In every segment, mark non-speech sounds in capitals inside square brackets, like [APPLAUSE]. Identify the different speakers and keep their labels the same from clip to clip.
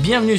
Speaker 1: Bienvenue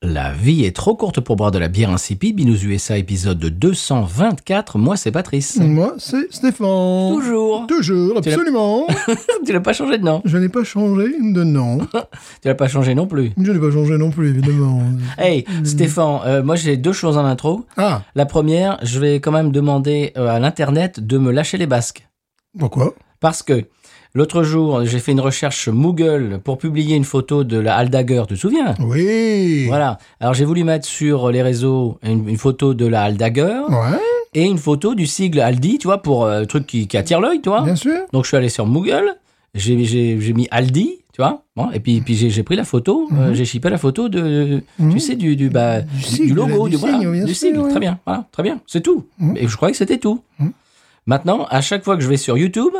Speaker 1: La vie est trop courte pour boire de la bière insipide. Binous USA épisode 224. Moi, c'est Patrice.
Speaker 2: Mmh. Moi, c'est Stéphane.
Speaker 1: Toujours.
Speaker 2: Toujours,
Speaker 1: l'as-
Speaker 2: absolument.
Speaker 1: [LAUGHS] Tu l'as pas changé de nom.
Speaker 2: Je n'ai pas changé de nom.
Speaker 1: Tu l'as pas changé non plus.
Speaker 2: Je n'ai pas changé non plus, évidemment.
Speaker 1: Hey, Stéphane, euh, moi j'ai deux choses en intro.
Speaker 2: Ah,
Speaker 1: La première, je vais quand même demander euh, à l'Internet de me lâcher les basques.
Speaker 2: pourquoi
Speaker 1: Parce que l'autre jour, j'ai fait une recherche Google pour publier une photo de la Aldager, tu te souviens
Speaker 2: Oui.
Speaker 1: Voilà. Alors j'ai voulu mettre sur les réseaux une, une photo de la Aldager
Speaker 2: Ouais,
Speaker 1: et une photo du sigle Aldi, tu vois, pour euh, le truc qui, qui attire l'œil, tu vois.
Speaker 2: bien sûr.
Speaker 1: Donc je suis allé sur Google, j'ai- j'ai j'ai mis Aldi, tu vois, bon, et puis, puis j'ai j'ai pris la photo, euh, j'ai chippé la photo de, tu sais, du, du, bah, du,
Speaker 2: sigle,
Speaker 1: du logo,
Speaker 2: Mhm. du
Speaker 1: du, voilà,
Speaker 2: signe, bien
Speaker 1: du
Speaker 2: sûr,
Speaker 1: sigle.
Speaker 2: ouais. Mhm.
Speaker 1: très bien, voilà, très bien, c'est tout. Et je croyais que c'était tout. Maintenant, à chaque fois que je vais sur YouTube,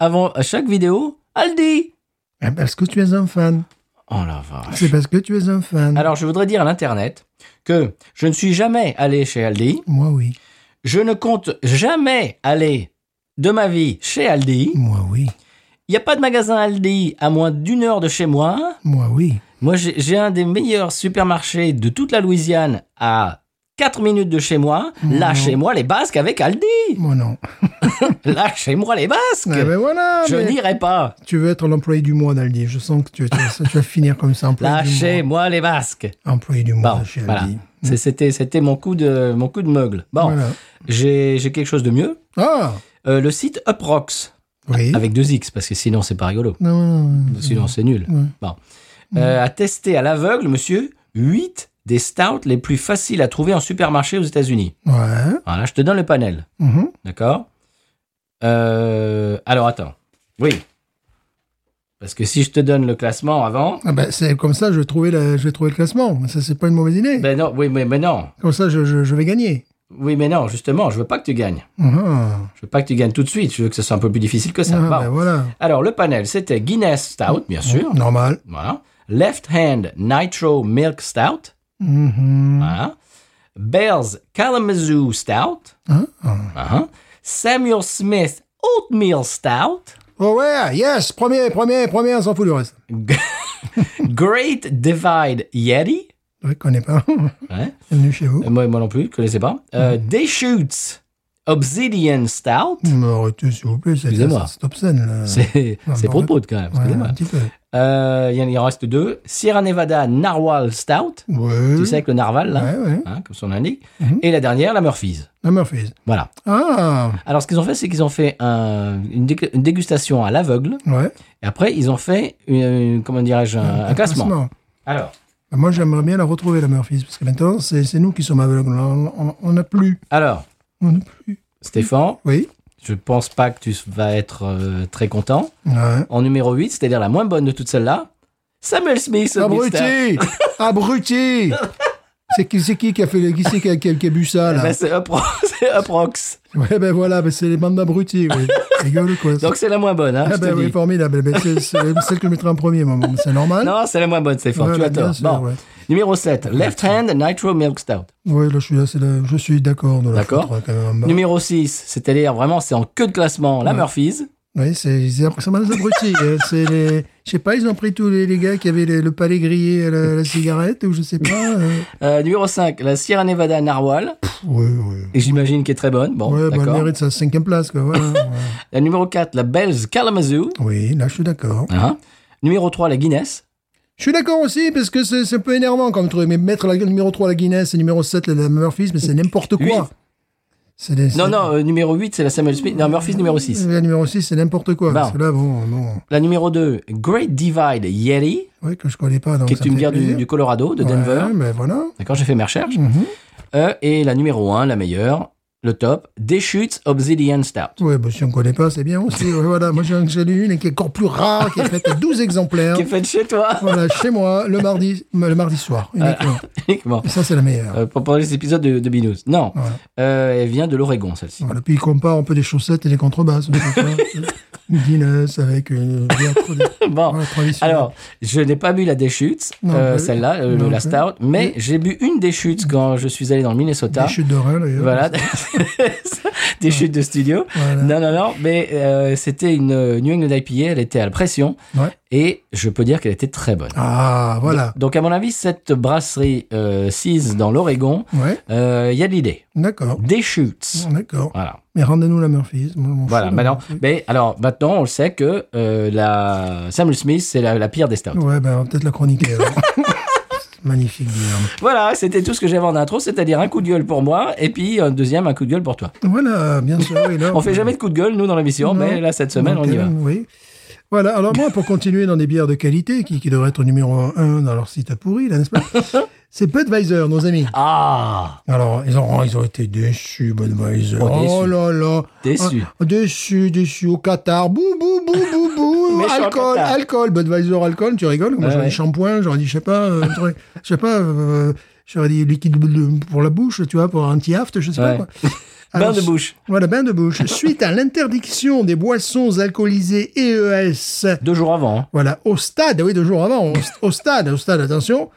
Speaker 1: avant à chaque vidéo, Aldi
Speaker 2: Eh, Parce que tu es un fan.
Speaker 1: Oh la vache
Speaker 2: C'est parce que tu es un fan.
Speaker 1: Alors je voudrais dire à l'Internet que je ne suis jamais allé chez Aldi,
Speaker 2: Moi, oui.
Speaker 1: je ne compte jamais aller de ma vie chez Aldi,
Speaker 2: Moi, oui.
Speaker 1: il n'y a pas de magasin Aldi à moins d'une heure de chez moi,
Speaker 2: Moi, oui.
Speaker 1: Moi, j'ai j'ai un des meilleurs supermarchés de toute la Louisiane à 4 minutes de chez moi.
Speaker 2: Mmh.
Speaker 1: Lâchez-moi les basques avec Aldi.
Speaker 2: [LAUGHS] Moi, non.
Speaker 1: Lâchez-moi les basques.
Speaker 2: Ah, ben voilà.
Speaker 1: Je
Speaker 2: mais
Speaker 1: n'irai pas.
Speaker 2: Tu veux être l'employé du mois, Daldi. Je sens que tu, tu vas- tu vas finir comme ça, employé du mois.
Speaker 1: Lâchez-moi les basques.
Speaker 2: Employé du mois
Speaker 1: Bon,
Speaker 2: chez
Speaker 1: voilà.
Speaker 2: Aldi. Mmh.
Speaker 1: C'est- C'était c'était mon coup de mon coup de meugle. Bon,
Speaker 2: Voilà.
Speaker 1: j'ai j'ai quelque chose de mieux.
Speaker 2: Ah,
Speaker 1: Euh, le site Uprox
Speaker 2: oui.
Speaker 1: avec deux X parce que sinon c'est pas rigolo.
Speaker 2: Non, non, non.
Speaker 1: Sinon c'est nul. Bon,
Speaker 2: Mmh.
Speaker 1: Euh, a testé à l'aveugle, monsieur, 8 des stouts les plus faciles à trouver en supermarché aux États-Unis.
Speaker 2: Ouais.
Speaker 1: Voilà, je te donne le panel.
Speaker 2: Mhm.
Speaker 1: D'accord Euh, Alors, attends. Oui. Parce que si je te donne le classement avant.
Speaker 2: Ah ben, c'est comme ça, je vais trouver, la- je vais trouver le classement. Ça, c'est pas une mauvaise idée.
Speaker 1: Ben non, oui, mais, mais non.
Speaker 2: Comme ça, je, je- je vais gagner.
Speaker 1: Oui, mais non, justement, je veux pas que tu gagnes.
Speaker 2: Ah,
Speaker 1: Je veux pas que tu gagnes tout de suite. Je veux que ce soit un peu plus difficile que ça.
Speaker 2: ah,
Speaker 1: Bon.
Speaker 2: ben voilà.
Speaker 1: Alors, le panel, c'était Guinness Stout, bien sûr.
Speaker 2: Normal.
Speaker 1: Voilà. Left Hand Nitro Milk Stout.
Speaker 2: Mhm.
Speaker 1: Voilà. Bell's Kalamazoo Stout.
Speaker 2: Hein?
Speaker 1: Voilà. Samuel Smith Oatmeal Stout.
Speaker 2: Oh ouais, yes, premier, premier, premier, on s'en fout du reste.
Speaker 1: Great Divide Yeti.
Speaker 2: Je ne connais pas. [LAUGHS]
Speaker 1: Ouais.
Speaker 2: Bienvenue chez vous.
Speaker 1: Euh, Moi, moi non plus, je connaissais pas. Euh,
Speaker 2: Hmm.
Speaker 1: Deschutes Obsidian
Speaker 2: [LAUGHS]
Speaker 1: Stout.
Speaker 2: Mais Arrêtez, s'il vous plaît, c'est
Speaker 1: Excusez-moi.
Speaker 2: c'est obscène. Là.
Speaker 1: C'est
Speaker 2: Ah,
Speaker 1: c'est
Speaker 2: bon,
Speaker 1: pour
Speaker 2: ouais.
Speaker 1: de poudre, quand même.
Speaker 2: Ouais,
Speaker 1: excusez-moi.
Speaker 2: un petit peu.
Speaker 1: Euh, Il y en- il en reste deux. Sierra Nevada Narwhal Stout.
Speaker 2: Ouais.
Speaker 1: Tu sais, avec le narwhal, là,
Speaker 2: Ouais, Mhm. ouais.
Speaker 1: hein, comme son indique. Et la dernière, la Murphy's.
Speaker 2: La Murphy's.
Speaker 1: Voilà.
Speaker 2: Ah,
Speaker 1: Alors, ce qu'ils ont fait, c'est qu'ils ont fait un- une, dég- une dégustation à l'aveugle.
Speaker 2: ouais.
Speaker 1: Et après, ils ont fait, une, une- comment dirais-je, un, un classement.
Speaker 2: Classement.
Speaker 1: Alors,
Speaker 2: Ben, Moi, j'aimerais bien la retrouver, la Murphy's, parce que maintenant, c'est c'est nous qui sommes aveugles. On- on- On n'a plus.
Speaker 1: alors,
Speaker 2: On n'a plus.
Speaker 1: Stéphane,
Speaker 2: Oui.
Speaker 1: je pense pas que tu vas être euh, très content.
Speaker 2: Ouais.
Speaker 1: En numéro 8, c'est-à-dire la moins bonne de toutes celles-là, Samuel Smith. Oatmeal Stout.
Speaker 2: Abruti [LAUGHS] Abruti C'est qui, c'est qui qui a fait, qui c'est qui a, qui a- qui a bu ça,
Speaker 1: Eh ben,
Speaker 2: là
Speaker 1: c'est Upro- [LAUGHS] c'est Uprox.
Speaker 2: Ouais, ben voilà, ben c'est les bandes d'abrutis,
Speaker 1: [LAUGHS]
Speaker 2: oui. Rigole, quoi.
Speaker 1: Donc c'est la moins bonne, hein,
Speaker 2: ah
Speaker 1: je te
Speaker 2: ben oui,
Speaker 1: dis.
Speaker 2: formidable. Ben, c'est c'est celle que je mettrai en premier, maman. C'est normal
Speaker 1: Non, c'est la moins bonne, Stéphane,
Speaker 2: Voilà,
Speaker 1: tu as
Speaker 2: bien
Speaker 1: tort.
Speaker 2: sûr,
Speaker 1: Bon.
Speaker 2: ouais.
Speaker 1: Numéro 7, Left Hand Nitro Milk Stout.
Speaker 2: Oui, là, je suis, là, c'est là- je suis d'accord de la
Speaker 1: D'accord.
Speaker 2: foutre, quand même.
Speaker 1: Numéro 6, c'est-à-dire vraiment, c'est en queue de classement, la Murphy's.
Speaker 2: Oui, c'est c'est impressionnant les abrutis. hein. c'est les... Je sais pas, ils ont pris tous les, les gars qui avaient les- le palais grillé à la, la cigarette, ou je sais pas. euh.
Speaker 1: Euh, numéro 5, la Sierra Nevada Narwhal,
Speaker 2: Ouais, ouais.
Speaker 1: et j'imagine qu'elle est très bonne. Bon,
Speaker 2: Ouais, ben, elle
Speaker 1: d'accord.
Speaker 2: mérite sa cinquième place, quoi. Voilà, ouais.
Speaker 1: La numéro 4, la Bell's Kalamazoo.
Speaker 2: Oui, là, je suis d'accord.
Speaker 1: Hein. Numéro 3, la Guinness.
Speaker 2: Je suis d'accord aussi, parce que c'est c'est un peu énervant comme truc. Mais mettre la numéro 3 la Guinness et numéro 7 la, la Murphy's, mais c'est n'importe
Speaker 1: Huit.
Speaker 2: quoi. C'est des-
Speaker 1: Non,
Speaker 2: c'est-
Speaker 1: non, euh, numéro 8, c'est la Samuel Smith. Non, Murphy's numéro Bah. 6.
Speaker 2: La numéro 6, c'est n'importe quoi.
Speaker 1: Bon.
Speaker 2: Parce que là, bon, bon.
Speaker 1: La numéro 2, Great Divide Yeti,
Speaker 2: Oui, que je connais pas. Donc
Speaker 1: qui
Speaker 2: ça
Speaker 1: est une
Speaker 2: me fait
Speaker 1: bière du,
Speaker 2: plaisir.
Speaker 1: du Colorado, de
Speaker 2: Ouais, Mm-hmm.
Speaker 1: Denver.
Speaker 2: mais voilà.
Speaker 1: D'accord, j'ai fait mes recherches. Euh, et la numéro 1, la meilleure, le top, Deschutes Obsidian Stout,
Speaker 2: Ouais, bah, si on connaît pas, c'est bien aussi. Ouais, voilà, moi j'en ai lu une et qui est encore plus rare, qui est faite à 12 exemplaires.
Speaker 1: qui est fait chez toi. [LAUGHS]
Speaker 2: Voilà, chez moi, le mardi, le mardi soir, uniquement.
Speaker 1: Uniquement.
Speaker 2: Et ça, c'est la meilleure.
Speaker 1: Euh, pour parler des épisodes de, de Binous. Non, Euh, elle vient de l'Oregon, celle-ci.
Speaker 2: Voilà, puis il compare un peu des chaussettes et des contrebasses. donc, voilà.
Speaker 1: [LAUGHS]
Speaker 2: Une Guinness avec une bière tradi-
Speaker 1: Bon,
Speaker 2: voilà, traditionnelle.
Speaker 1: Oh. alors, je n'ai pas bu la Deschutes,
Speaker 2: Non
Speaker 1: euh,
Speaker 2: plus.
Speaker 1: celle-là, euh,
Speaker 2: Non
Speaker 1: la
Speaker 2: plus.
Speaker 1: Stout, mais j'ai bu une Deschutes quand je suis allé dans le Minnesota.
Speaker 2: Des chutes de rein, d'ailleurs.
Speaker 1: Voilà, [LAUGHS] des chutes de studio.
Speaker 2: Voilà.
Speaker 1: Non, non, non, mais euh, c'était une euh, New England IPA, elle était à la pression
Speaker 2: Ouais.
Speaker 1: et je peux dire qu'elle était très bonne.
Speaker 2: Ah, voilà.
Speaker 1: Donc, à mon avis, cette brasserie euh, Sise dans l'Oregon,
Speaker 2: Ouais,
Speaker 1: euh, il y a de l'idée.
Speaker 2: d'accord.
Speaker 1: Des chutes.
Speaker 2: Bon, D'accord.
Speaker 1: Voilà.
Speaker 2: Mais rendez-nous la Murphy's. Moi, je m'en
Speaker 1: Voilà, bah
Speaker 2: fous, la
Speaker 1: maintenant,
Speaker 2: Murphy's.
Speaker 1: mais alors, maintenant, on le sait que euh, la Samuel Smith, c'est la, la pire des stars.
Speaker 2: Ouais, ben, on va peut-être la
Speaker 1: [LAUGHS]
Speaker 2: chroniquer alors. Magnifique bière.
Speaker 1: Voilà, c'était tout ce que j'avais en intro, c'est-à-dire un coup de gueule pour moi, et puis un deuxième, un coup de gueule pour toi.
Speaker 2: Voilà, bien sûr. oui, là, euh,
Speaker 1: On fait jamais de coup de gueule, nous, dans l'émission,
Speaker 2: Non.
Speaker 1: mais là, cette semaine,
Speaker 2: Donc,
Speaker 1: on y va.
Speaker 2: euh, Oui. Voilà, alors moi, pour continuer dans des bières de qualité, qui, qui devraient être au numéro 1 dans leur site à pourri, là,
Speaker 1: [LAUGHS]
Speaker 2: n'est-ce pas C'est Budweiser, nos amis.
Speaker 1: Ah
Speaker 2: Alors, ils ont, ils ont été déçus, Budweiser.
Speaker 1: Oh, déçus.
Speaker 2: Oh là là.
Speaker 1: Déçus.
Speaker 2: Ah, déçus, déçus au Qatar. Bou, bou, bou, bou,
Speaker 1: [LAUGHS]
Speaker 2: bou.
Speaker 1: Méchant
Speaker 2: alcool,
Speaker 1: Qatar.
Speaker 2: alcool. Budweiser, alcool. Tu rigoles Moi,
Speaker 1: Ouais,
Speaker 2: j'aurais
Speaker 1: ouais.
Speaker 2: dit shampoing, j'aurais dit, je sais pas, euh, un truc, je sais pas, euh, j'aurais dit liquide de- pour la bouche, tu vois, pour anti-aft, je sais
Speaker 1: Ouais.
Speaker 2: pas quoi.
Speaker 1: [LAUGHS] Bain
Speaker 2: Alors,
Speaker 1: de bouche.
Speaker 2: Voilà, bain de bouche. Suite à l'interdiction des boissons alcoolisées EES,
Speaker 1: Deux jours avant. hein.
Speaker 2: voilà, au stade, oui, deux jours avant, au, au stade, au stade, attention,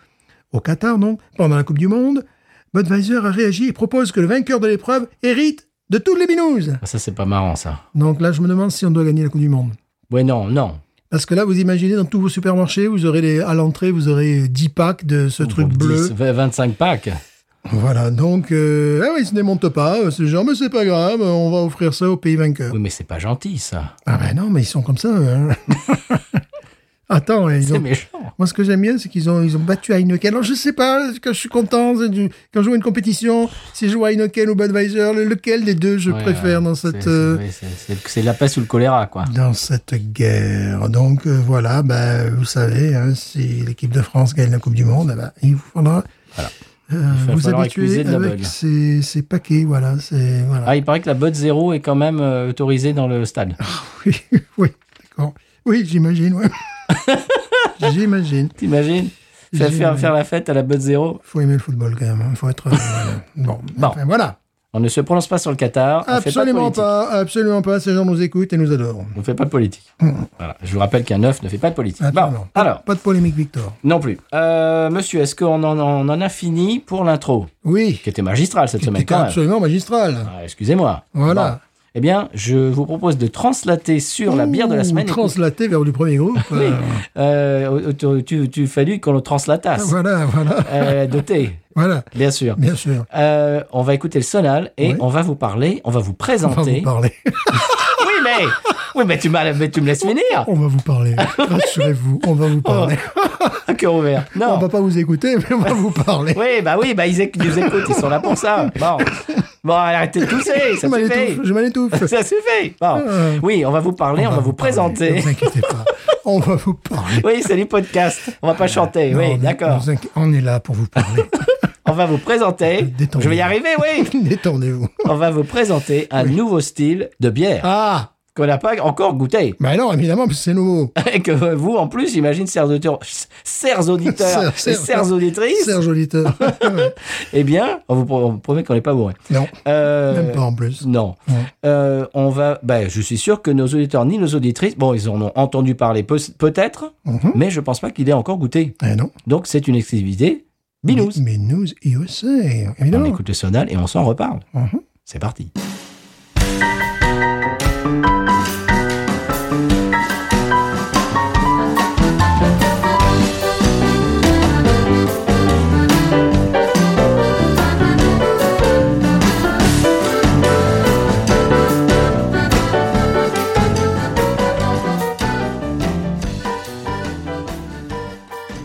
Speaker 2: au Qatar, non, pendant la Coupe du Monde, Budweiser a réagi et propose que le vainqueur de l'épreuve hérite de toutes les binouses.
Speaker 1: Ah, Ça, c'est pas marrant, ça.
Speaker 2: Donc là, je me demande si on doit gagner la Coupe du Monde.
Speaker 1: Ouais, non, non.
Speaker 2: Parce que là, vous imaginez, dans tous vos supermarchés, vous aurez les- à l'entrée, vous aurez 10 packs de ce truc
Speaker 1: Dix,
Speaker 2: bleu.
Speaker 1: vingt- 25 packs.
Speaker 2: Voilà, donc, euh, ah oui, ils se démontent pas, euh, c'est genre, mais c'est pas grave, on va offrir ça au pays vainqueur.
Speaker 1: Oui, mais c'est pas gentil, ça.
Speaker 2: Ah ben non, mais ils sont comme ça.
Speaker 1: [LAUGHS]
Speaker 2: hein. Attends, ils
Speaker 1: C'est
Speaker 2: ont...
Speaker 1: méchant.
Speaker 2: moi ce que j'aime bien, c'est qu'ils ont, ils ont battu Heineken. Alors je sais pas, quand je suis content, c'est du- quand je vois une compétition, si je vois Heineken ou Budweiser, le- lequel des deux je
Speaker 1: Ouais,
Speaker 2: préfère dans
Speaker 1: c'est-
Speaker 2: cette...
Speaker 1: c'est-
Speaker 2: euh,
Speaker 1: oui, C'est c'est- c'est la peste ou le choléra, quoi.
Speaker 2: Dans cette guerre. Donc euh, voilà, ben, vous savez, hein, si l'équipe de France gagne la Coupe du Monde, eh ben, il vous faudra euh,
Speaker 1: va
Speaker 2: vous
Speaker 1: falloir
Speaker 2: habituer
Speaker 1: accuser de la
Speaker 2: avec
Speaker 1: bug.
Speaker 2: ces, ces paquets. Voilà, c'est voilà.
Speaker 1: Ah, il paraît que la botte zéro est quand même euh, autorisée dans le stade.
Speaker 2: [LAUGHS] Oui, oui, d'accord. Oui, j'imagine. ouais. [LAUGHS] j'imagine.
Speaker 1: T'imagines Faire, faire, faire la fête à la botte zéro
Speaker 2: faut aimer le football quand même. Il faut être. euh, bon.
Speaker 1: Bon.
Speaker 2: Enfin, voilà.
Speaker 1: On ne se prononce pas sur le Qatar.
Speaker 2: Absolument
Speaker 1: on fait pas, de politique.
Speaker 2: pas, absolument pas. Ces gens nous écoutent et nous adorent.
Speaker 1: On fait pas de politique. Voilà. Je vous rappelle qu'un neuf ne fait pas de politique.
Speaker 2: Mm. Absolument.
Speaker 1: Bon, alors,
Speaker 2: Pas de polémique, Victor.
Speaker 1: non plus. Euh, monsieur, est-ce qu'on en, on en a fini pour l'intro
Speaker 2: Oui.
Speaker 1: Qui était magistrale cette semaine,
Speaker 2: C'était
Speaker 1: quand même.
Speaker 2: absolument magistral.
Speaker 1: Ah, Excusez-moi.
Speaker 2: Voilà.
Speaker 1: Bon. Eh bien, je vous propose de translater sur la bière de la
Speaker 2: Ouh,
Speaker 1: semaine.
Speaker 2: Translaté vers du premier groupe.
Speaker 1: Oui.
Speaker 2: Euh, Ah,
Speaker 1: Euh, tu, tu, tu fallu qu'on le translatasse.
Speaker 2: voilà, voilà,
Speaker 1: Euh, de thé,
Speaker 2: voilà.
Speaker 1: bien sûr.
Speaker 2: Bien sûr.
Speaker 1: Euh, on va écouter le sonal et
Speaker 2: Oui.
Speaker 1: on va vous parler, on va vous
Speaker 2: On va
Speaker 1: présenter.
Speaker 2: vous parler.
Speaker 1: oui, mais, oui, mais tu, m'as- mais tu me laisses finir
Speaker 2: On va vous parler. Rassurez-vous, on
Speaker 1: Oh.
Speaker 2: va vous parler.
Speaker 1: à cœur ouvert.
Speaker 2: On
Speaker 1: Non.
Speaker 2: va pas vous écouter, mais on va vous parler.
Speaker 1: Oui, bah oui, bah ils éc- nous écoutent, ils sont là pour ça. Bon, bon arrêtez de tousser,
Speaker 2: je
Speaker 1: ça suffit.
Speaker 2: m'en je m'étouffe.
Speaker 1: Ça suffit. Bon.
Speaker 2: Euh,
Speaker 1: Oui, on va vous parler, on, va vous
Speaker 2: parler, Ne
Speaker 1: présenter.
Speaker 2: vous inquiétez pas. On va vous parler.
Speaker 1: Oui, c'est du podcast. On va pas chanter.
Speaker 2: Euh, Non,
Speaker 1: Eh oui,
Speaker 2: ne-
Speaker 1: d'accord.
Speaker 2: ne vous inqui- On est là pour
Speaker 1: [LAUGHS]
Speaker 2: vous parler.
Speaker 1: On va vous présenter.
Speaker 2: Détendez-vous.
Speaker 1: Je vais y arriver, oui.
Speaker 2: Détendez-vous.
Speaker 1: On va vous présenter un nouveau style de bière
Speaker 2: Ah
Speaker 1: qu'on n'a pas encore goûté.
Speaker 2: Bah non, évidemment, parce que c'est nouveau.
Speaker 1: Et que vous, en plus, j'imagine, chers auditeurs, chers auditeurs
Speaker 2: Chers-
Speaker 1: et
Speaker 2: chers-
Speaker 1: chères auditrices, [LAUGHS]
Speaker 2: Serge Auditeur.
Speaker 1: eh bien, on vous, pro- on vous promet qu'on n'est pas bourré.
Speaker 2: non,
Speaker 1: Euh,
Speaker 2: même pas en plus.
Speaker 1: Non.
Speaker 2: Ouais.
Speaker 1: Euh, on va. Ben, je suis sûr que nos auditeurs ni nos auditrices, bon, ils en ont entendu parler peu- peut-être,
Speaker 2: Mhm.
Speaker 1: mais je pense pas qu'il ait encore goûté.
Speaker 2: Eh non.
Speaker 1: Donc, c'est une exclusivité. Binous.
Speaker 2: Mais nous, USA,
Speaker 1: On
Speaker 2: évidemment.
Speaker 1: écoute le sonal et on s'en reparle.
Speaker 2: Mhm.
Speaker 1: C'est parti.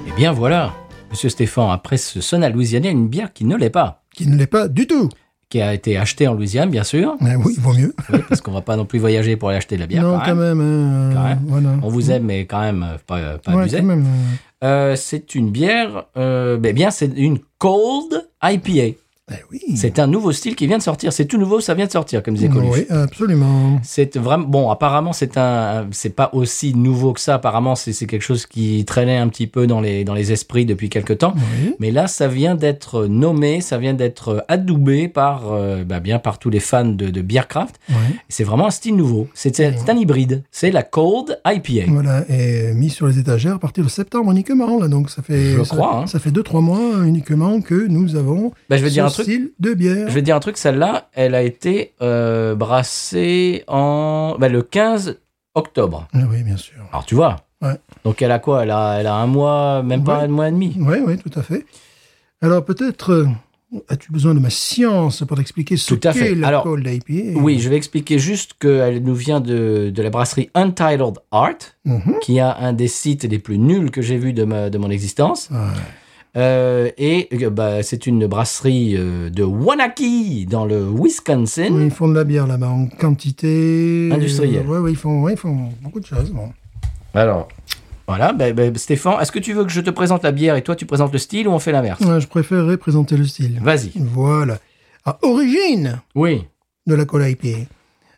Speaker 1: Eh bien voilà, Monsieur Stéphane, après ce sonal louisianais, une bière qui ne l'est pas
Speaker 2: Qui ne l'est pas du tout.
Speaker 1: qui a été acheté en Louisiane, bien
Speaker 2: [LAUGHS]
Speaker 1: sûr,
Speaker 2: Eh oui, vaut mieux.
Speaker 1: Oui, parce qu'on va pas non plus voyager pour aller acheter de la bière.
Speaker 2: non,
Speaker 1: quand
Speaker 2: quand
Speaker 1: même.
Speaker 2: même. hein, euh,
Speaker 1: Quand même.
Speaker 2: Voilà.
Speaker 1: On vous aime, mais quand même, euh, pas, euh, pas
Speaker 2: Ouais,
Speaker 1: abuser.
Speaker 2: quand même, euh,
Speaker 1: Euh, c'est une bière, euh, ben bien, c'est une cold IPA.
Speaker 2: Eh oui.
Speaker 1: C'est un nouveau style qui vient de sortir. C'est tout nouveau, ça vient de sortir, comme disait Coluche.
Speaker 2: Oui, absolument.
Speaker 1: C'est vraiment bon. Apparemment, c'est un, c'est pas aussi nouveau que ça. Apparemment, c'est c'est quelque chose qui traînait un petit peu dans les dans les esprits depuis quelque temps.
Speaker 2: Oui.
Speaker 1: Mais là, ça vient d'être nommé, ça vient d'être adoubé par euh, bah, bien par tous les fans de, de Beercraft.
Speaker 2: Ouais.
Speaker 1: C'est vraiment un style nouveau. C'est c'est- c'est un hybride. C'est la Cold IPA.
Speaker 2: Voilà, et mis sur les étagères à partir de septembre uniquement. Là, donc ça fait,
Speaker 1: Je
Speaker 2: ça,
Speaker 1: crois, hein.
Speaker 2: ça fait 2-3 mois uniquement que nous avons
Speaker 1: Bah, je vais
Speaker 2: ce
Speaker 1: dire un truc.
Speaker 2: style de bière.
Speaker 1: Je vais te dire un truc, celle-là, elle a été euh, brassée en bah, le 15 octobre.
Speaker 2: Ah oui, bien sûr.
Speaker 1: Alors tu vois.
Speaker 2: Ouais.
Speaker 1: Donc elle a quoi elle a, elle a un mois, même pas
Speaker 2: Ouais.
Speaker 1: un mois et demi.
Speaker 2: Oui, oui, tout à fait. Alors peut-être euh, as-tu besoin de ma science pour t'expliquer ce
Speaker 1: Tout à fait.
Speaker 2: qu'est la
Speaker 1: Alors,
Speaker 2: cold IPA
Speaker 1: Oui, je vais expliquer juste qu'elle nous vient de, de la brasserie Untitled Art,
Speaker 2: Mhm.
Speaker 1: qui a un des sites les plus nuls que j'ai vu de, ma- de mon existence.
Speaker 2: Ah,
Speaker 1: Euh, et euh, bah, c'est une brasserie euh, de Wanaki, dans le Wisconsin.
Speaker 2: oui, ils font de la bière là-bas en quantité.
Speaker 1: Mmh. Industrielle.
Speaker 2: Oui, ils, font, ouais, ils font beaucoup de choses. bon.
Speaker 1: Alors. Voilà, bah, bah, Stéphane, est-ce que tu veux que je te présente la bière et toi tu présentes le style ou on fait l'inverse
Speaker 2: Ouais, je préférerais présenter le style.
Speaker 1: Vas-y.
Speaker 2: Voilà. À origine
Speaker 1: Oui.
Speaker 2: de la cola IPA.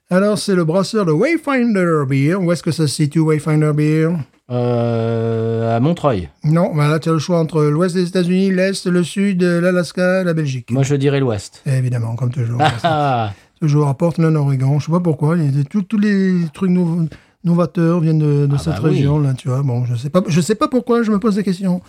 Speaker 2: Alors, c'est le brasseur de Wayfinder Beer. Où est-ce que ça se situe, Wayfinder Beer
Speaker 1: Euh, à Montreuil.
Speaker 2: Non, ben là, tu as le choix entre l'ouest des États-Unis, l'est, le sud, euh, l'Alaska, la Belgique.
Speaker 1: Moi je dirais [LAUGHS] l'Ouest.
Speaker 2: Évidemment, comme toujours.
Speaker 1: Ah,
Speaker 2: toujours à Portland, Oregon. Je sais pas pourquoi. il y a tout- Tous les trucs nou- novateurs viennent de, de cette
Speaker 1: bah oui.
Speaker 2: région, là, tu vois. Bon, je sais pas, je sais pas pourquoi, je me pose des questions.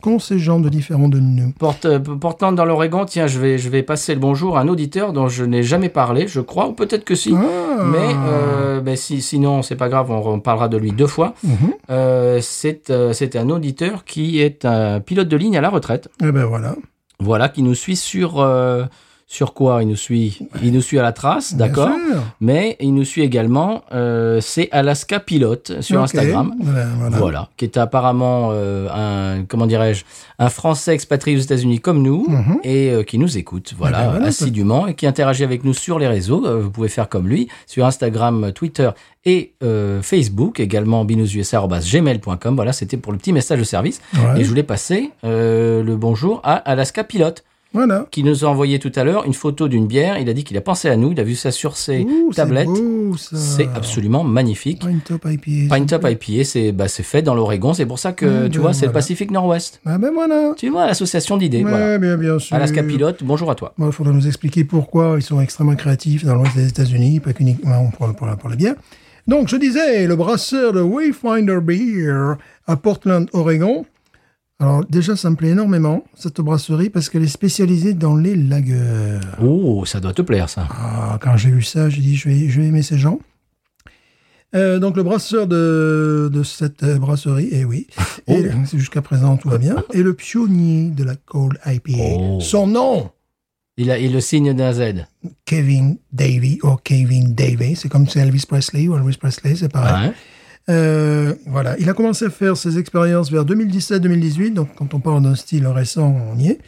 Speaker 2: Qu'ont ces gens de différents de nous
Speaker 1: Porte, euh, Portland dans l'Oregon, tiens, je vais, je vais passer le bonjour à un auditeur dont je n'ai jamais parlé, je crois, ou peut-être que si.
Speaker 2: Ah.
Speaker 1: Mais euh, ben, si, sinon, c'est pas grave, on, on parlera de lui deux fois.
Speaker 2: Mhm.
Speaker 1: Euh, c'est euh, c'est un auditeur qui est un pilote de ligne à la retraite.
Speaker 2: Eh ben voilà.
Speaker 1: Voilà, qui nous suit sur. euh, sur quoi il nous suit Il nous suit à la trace,
Speaker 2: Bien
Speaker 1: d'accord
Speaker 2: sûr.
Speaker 1: Mais il nous suit également, euh, c'est Alaska Pilote sur
Speaker 2: Ok.
Speaker 1: Instagram.
Speaker 2: Voilà, voilà.
Speaker 1: Voilà. qui est apparemment euh, un comment dirais-je un Français expatrié aux États-Unis comme nous
Speaker 2: Mhm.
Speaker 1: et euh, qui nous écoute, voilà,
Speaker 2: Eh ben voilà, ça-
Speaker 1: assidûment et qui interagit avec nous sur les réseaux. Euh, vous pouvez faire comme lui sur Instagram, Twitter et euh, Facebook, également binoususa@gmail.com. Voilà, c'était pour le petit message de service
Speaker 2: Ouais.
Speaker 1: et je voulais passer euh, le bonjour à Alaska Pilote
Speaker 2: Voilà.
Speaker 1: qui nous a envoyé tout à l'heure une photo d'une bière. Il a dit qu'il a pensé à nous, il a vu ça sur ses
Speaker 2: Ouh, c'est
Speaker 1: tablettes.
Speaker 2: beau, ça.
Speaker 1: C'est absolument magnifique.
Speaker 2: Pint Top IPA.
Speaker 1: Pine Top IPA, c'est bah, c'est fait dans l'Oregon, c'est pour ça que
Speaker 2: Mm,
Speaker 1: tu
Speaker 2: ben
Speaker 1: vois, c'est le
Speaker 2: voilà.
Speaker 1: Pacifique Nord-Ouest.
Speaker 2: Ah ben voilà.
Speaker 1: Tu vois, l'association d'idées.
Speaker 2: Ouais,
Speaker 1: voilà.
Speaker 2: bien, bien sûr.
Speaker 1: Alaska Pilote, bonjour à toi.
Speaker 2: Bon, il faudra nous expliquer pourquoi ils sont extrêmement créatifs dans l'ouest des États-Unis, pas qu'uniquement pour, pour, pour la bière. Donc, je disais, le brasseur de Wayfinder Beer à Portland, Oregon. Alors, déjà, ça me plaît énormément, cette brasserie, parce qu'elle est spécialisée dans les lagers.
Speaker 1: Oh, ça doit te plaire, ça.
Speaker 2: Ah, quand j'ai vu ça, j'ai dit, je vais, je vais aimer ces gens. Euh, donc, le brasseur de, de cette euh, brasserie,
Speaker 1: [LAUGHS]
Speaker 2: eh oui,
Speaker 1: Oh.
Speaker 2: Et c'est jusqu'à présent, tout va bien, est le pionnier de la Cold IPA.
Speaker 1: Oh.
Speaker 2: Son nom,
Speaker 1: Il a il le signe d'un Z.
Speaker 2: Kevin Davey ou Kevin Davey, c'est comme c'est Elvis Presley ou Elvis Presley, c'est pareil.
Speaker 1: Hein
Speaker 2: Euh, voilà, il a commencé à faire ses expériences vers 2017-2018, donc quand on parle d'un style récent, on y est.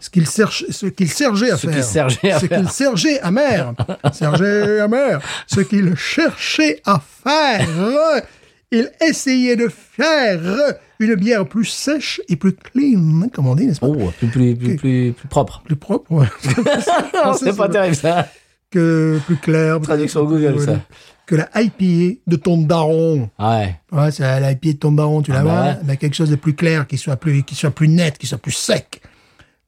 Speaker 2: Ce qu'il cherche, ce qu'il sergeait [LAUGHS] à
Speaker 1: Mhm. Ce
Speaker 2: faire.
Speaker 1: qu'il
Speaker 2: [LAUGHS]
Speaker 1: sergeait à
Speaker 2: ce
Speaker 1: faire.
Speaker 2: qu'il sergeait
Speaker 1: [LAUGHS]
Speaker 2: à mer, sergeait à mer, ce qu'il cherchait à faire, il essayait de faire une bière plus sèche et plus clean, comme on dit, n'est-ce pas
Speaker 1: Oh, plus, plus, plus, plus, plus propre.
Speaker 2: Plus
Speaker 1: [LAUGHS]
Speaker 2: propre. ouais.
Speaker 1: Non,
Speaker 2: Français,
Speaker 1: c'est pas
Speaker 2: Ah, c'est-
Speaker 1: terrible, ça.
Speaker 2: que plus clair.
Speaker 1: Traduction Google,
Speaker 2: Voilà.
Speaker 1: ça.
Speaker 2: Que la IPA de ton daron.
Speaker 1: Ah, Ouais.
Speaker 2: Ouais, c'est la IPA de ton daron, tu la
Speaker 1: Ah bah
Speaker 2: vois.
Speaker 1: ouais.
Speaker 2: Mais quelque chose de plus clair, qui soit plus, qui soit plus net, qui soit plus sec.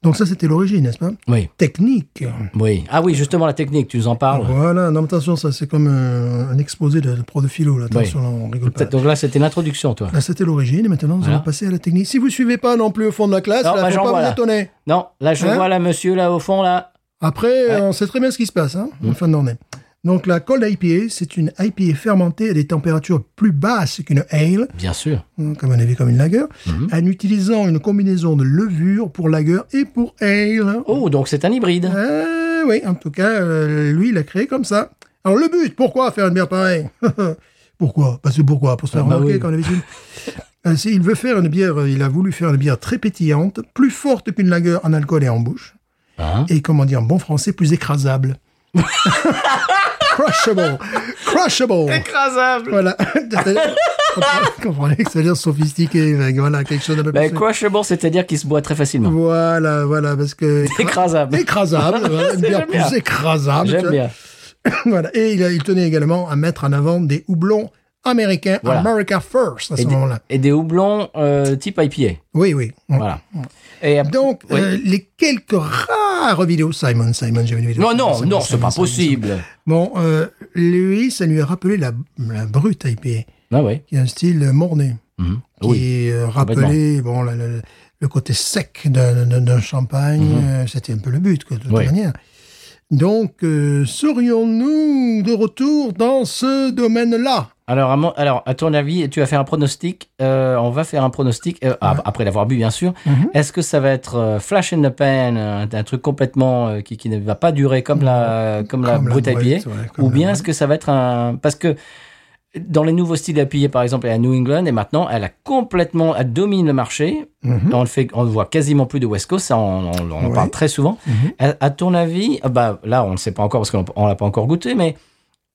Speaker 2: Donc ça, c'était l'origine, n'est-ce pas
Speaker 1: Oui.
Speaker 2: Technique.
Speaker 1: Oui. Ah oui, justement, la technique, tu nous en parles.
Speaker 2: Voilà, non, mais attention, ça, c'est comme euh, un exposé de, de pro de philo, là. Attention, là, on rigole pas.
Speaker 1: Peut-être- Donc là, c'était l'introduction, toi.
Speaker 2: Là, c'était l'origine, et maintenant, nous
Speaker 1: Voilà.
Speaker 2: allons passer à la technique. Si vous suivez pas non plus au fond de la classe,
Speaker 1: Non,
Speaker 2: là,
Speaker 1: bah, j'en
Speaker 2: faut pas
Speaker 1: vois,
Speaker 2: vous
Speaker 1: là.
Speaker 2: étonner.
Speaker 1: Non, là, je
Speaker 2: Hein
Speaker 1: vois là, monsieur, là, au fond, là.
Speaker 2: Après, on sait très bien ce qui se passe, hein,
Speaker 1: Mm.
Speaker 2: en fin de journée. Donc, la cold IPA, c'est une IPA fermentée à des températures plus basses qu'une ale,
Speaker 1: Bien sûr.
Speaker 2: hein, comme on avait comme une lager,
Speaker 1: Mm-hmm.
Speaker 2: en utilisant une combinaison de levure pour lager et pour ale. hein.
Speaker 1: Oh, donc c'est un hybride.
Speaker 2: Euh, oui, en tout cas, euh, lui, il a créé comme ça. Alors, le but, pourquoi faire une bière pareille [LAUGHS] Pourquoi Parce que pourquoi Pour se faire
Speaker 1: Ah bah
Speaker 2: remarquer,
Speaker 1: oui.
Speaker 2: comme d'habitude. Euh, si il veut faire une bière, euh, il a voulu faire une bière très pétillante, plus forte qu'une lager en alcool et en bouche,
Speaker 1: Hein
Speaker 2: et comment dire en bon français, plus écrasable. [LAUGHS] Crushable. Crushable.
Speaker 1: Écrasable.
Speaker 2: Voilà. [LAUGHS] Vous comprenez que ça veut dire sophistiqué. mais Voilà, quelque chose d'un peu
Speaker 1: Ben,
Speaker 2: plus-
Speaker 1: crushable, c'est-à-dire qu'il se boit très facilement.
Speaker 2: Voilà, voilà, parce que...
Speaker 1: Écrasable.
Speaker 2: Écrasable.
Speaker 1: [LAUGHS]
Speaker 2: voilà, une
Speaker 1: C'est
Speaker 2: bière
Speaker 1: bien.
Speaker 2: plus écrasable. tu
Speaker 1: J'aime
Speaker 2: vois. [LAUGHS]
Speaker 1: bien.
Speaker 2: voilà. Et il, a- il tenait également à mettre en avant des houblons américains.
Speaker 1: Voilà.
Speaker 2: America First, à ce
Speaker 1: Et des,
Speaker 2: moment-là.
Speaker 1: et des houblons euh, type IPA.
Speaker 2: Oui, oui.
Speaker 1: Voilà. Et après-
Speaker 2: Donc,
Speaker 1: Oui.
Speaker 2: euh, les quelques rares vidéos, Simon, Simon, j'avais une vidéo.
Speaker 1: non, non,
Speaker 2: Simon,
Speaker 1: non,
Speaker 2: Simon,
Speaker 1: c'est pas
Speaker 2: Simon,
Speaker 1: possible.
Speaker 2: Simon. Bon, euh, lui, ça lui a rappelé la, la brute IPA,
Speaker 1: Ah oui.
Speaker 2: qui est un style morné,
Speaker 1: Mhm.
Speaker 2: qui
Speaker 1: Oui.
Speaker 2: euh, rappelait bon, le, le- le côté sec d'un d'un- d'un champagne. euh, C'était un peu le but, quoi, de toute
Speaker 1: Mhm. Oui.
Speaker 2: manière. Donc, euh, serions-nous de retour dans ce domaine-là
Speaker 1: Alors à, mon- alors, à ton avis, tu vas faire un pronostic. euh, on va faire un pronostic, euh, ah, après l'avoir bu, bien sûr.
Speaker 2: Mhm.
Speaker 1: Est-ce que ça va être euh, flash in the pan, un, un truc complètement euh, qui, qui ne va pas durer comme la, comme la
Speaker 2: Comme la
Speaker 1: brute à
Speaker 2: brute,
Speaker 1: pied
Speaker 2: ouais, comme
Speaker 1: Ou
Speaker 2: la
Speaker 1: bien
Speaker 2: brute.
Speaker 1: est-ce que ça va être un. Parce que dans les nouveaux styles à piller, par exemple, elle est à New England, et maintenant, elle a complètement. Elle domine le marché.
Speaker 2: Mhm.
Speaker 1: On le fait, on le voit quasiment plus de West Coast, ça, on, on- on en
Speaker 2: Ouais.
Speaker 1: parle très souvent.
Speaker 2: Mhm.
Speaker 1: À, à ton avis, ah bah, là, on ne sait pas encore parce qu'on ne l'a pas encore goûté, mais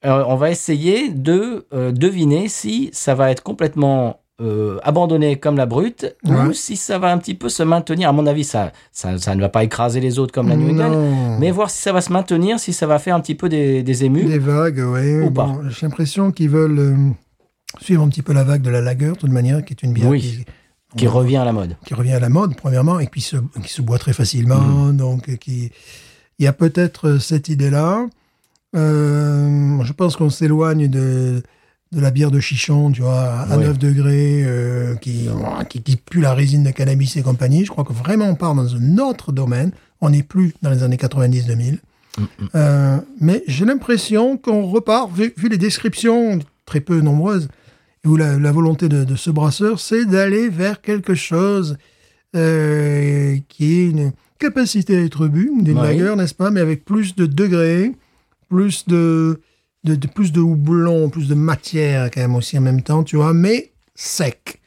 Speaker 1: euh, on va essayer de euh, deviner si ça va être complètement euh, abandonné comme la brute ou
Speaker 2: Ouais.
Speaker 1: si ça va un petit peu se maintenir. À mon avis, ça, ça, ça ne va pas écraser les autres comme la New England,
Speaker 2: Non.
Speaker 1: mais voir si ça va se maintenir, si ça va faire un petit peu des, des émus.
Speaker 2: Des vagues, oui.
Speaker 1: Ou pas.
Speaker 2: J'ai l'impression qu'ils veulent euh, suivre un petit peu la vague de la lager, de toute manière, qui est une bière
Speaker 1: Oui.
Speaker 2: qui,
Speaker 1: Qui revient à la mode.
Speaker 2: qui revient à la mode, premièrement, et puis se, qui se boit très facilement. Donc, euh, qui, il y a peut-être euh, cette idée-là. Euh, je pense qu'on s'éloigne de, de la bière de chichon, tu vois, à
Speaker 1: Oui.
Speaker 2: 9 degrés, euh, qui, qui, qui pue la résine de cannabis et compagnie. Je crois que vraiment, on part dans un autre domaine. On n'est plus dans les années 90-2000. Euh, mais j'ai l'impression qu'on repart, vu, vu les descriptions très peu nombreuses, et où la, la volonté de, de ce brasseur, c'est d'aller vers quelque chose euh, qui est une capacité à être bu, d'une
Speaker 1: Oui.
Speaker 2: lager, n'est-ce pas, mais avec plus de degrés, plus de, de, de- plus de houblon, plus de matière quand même aussi en même temps, tu vois, mais sec.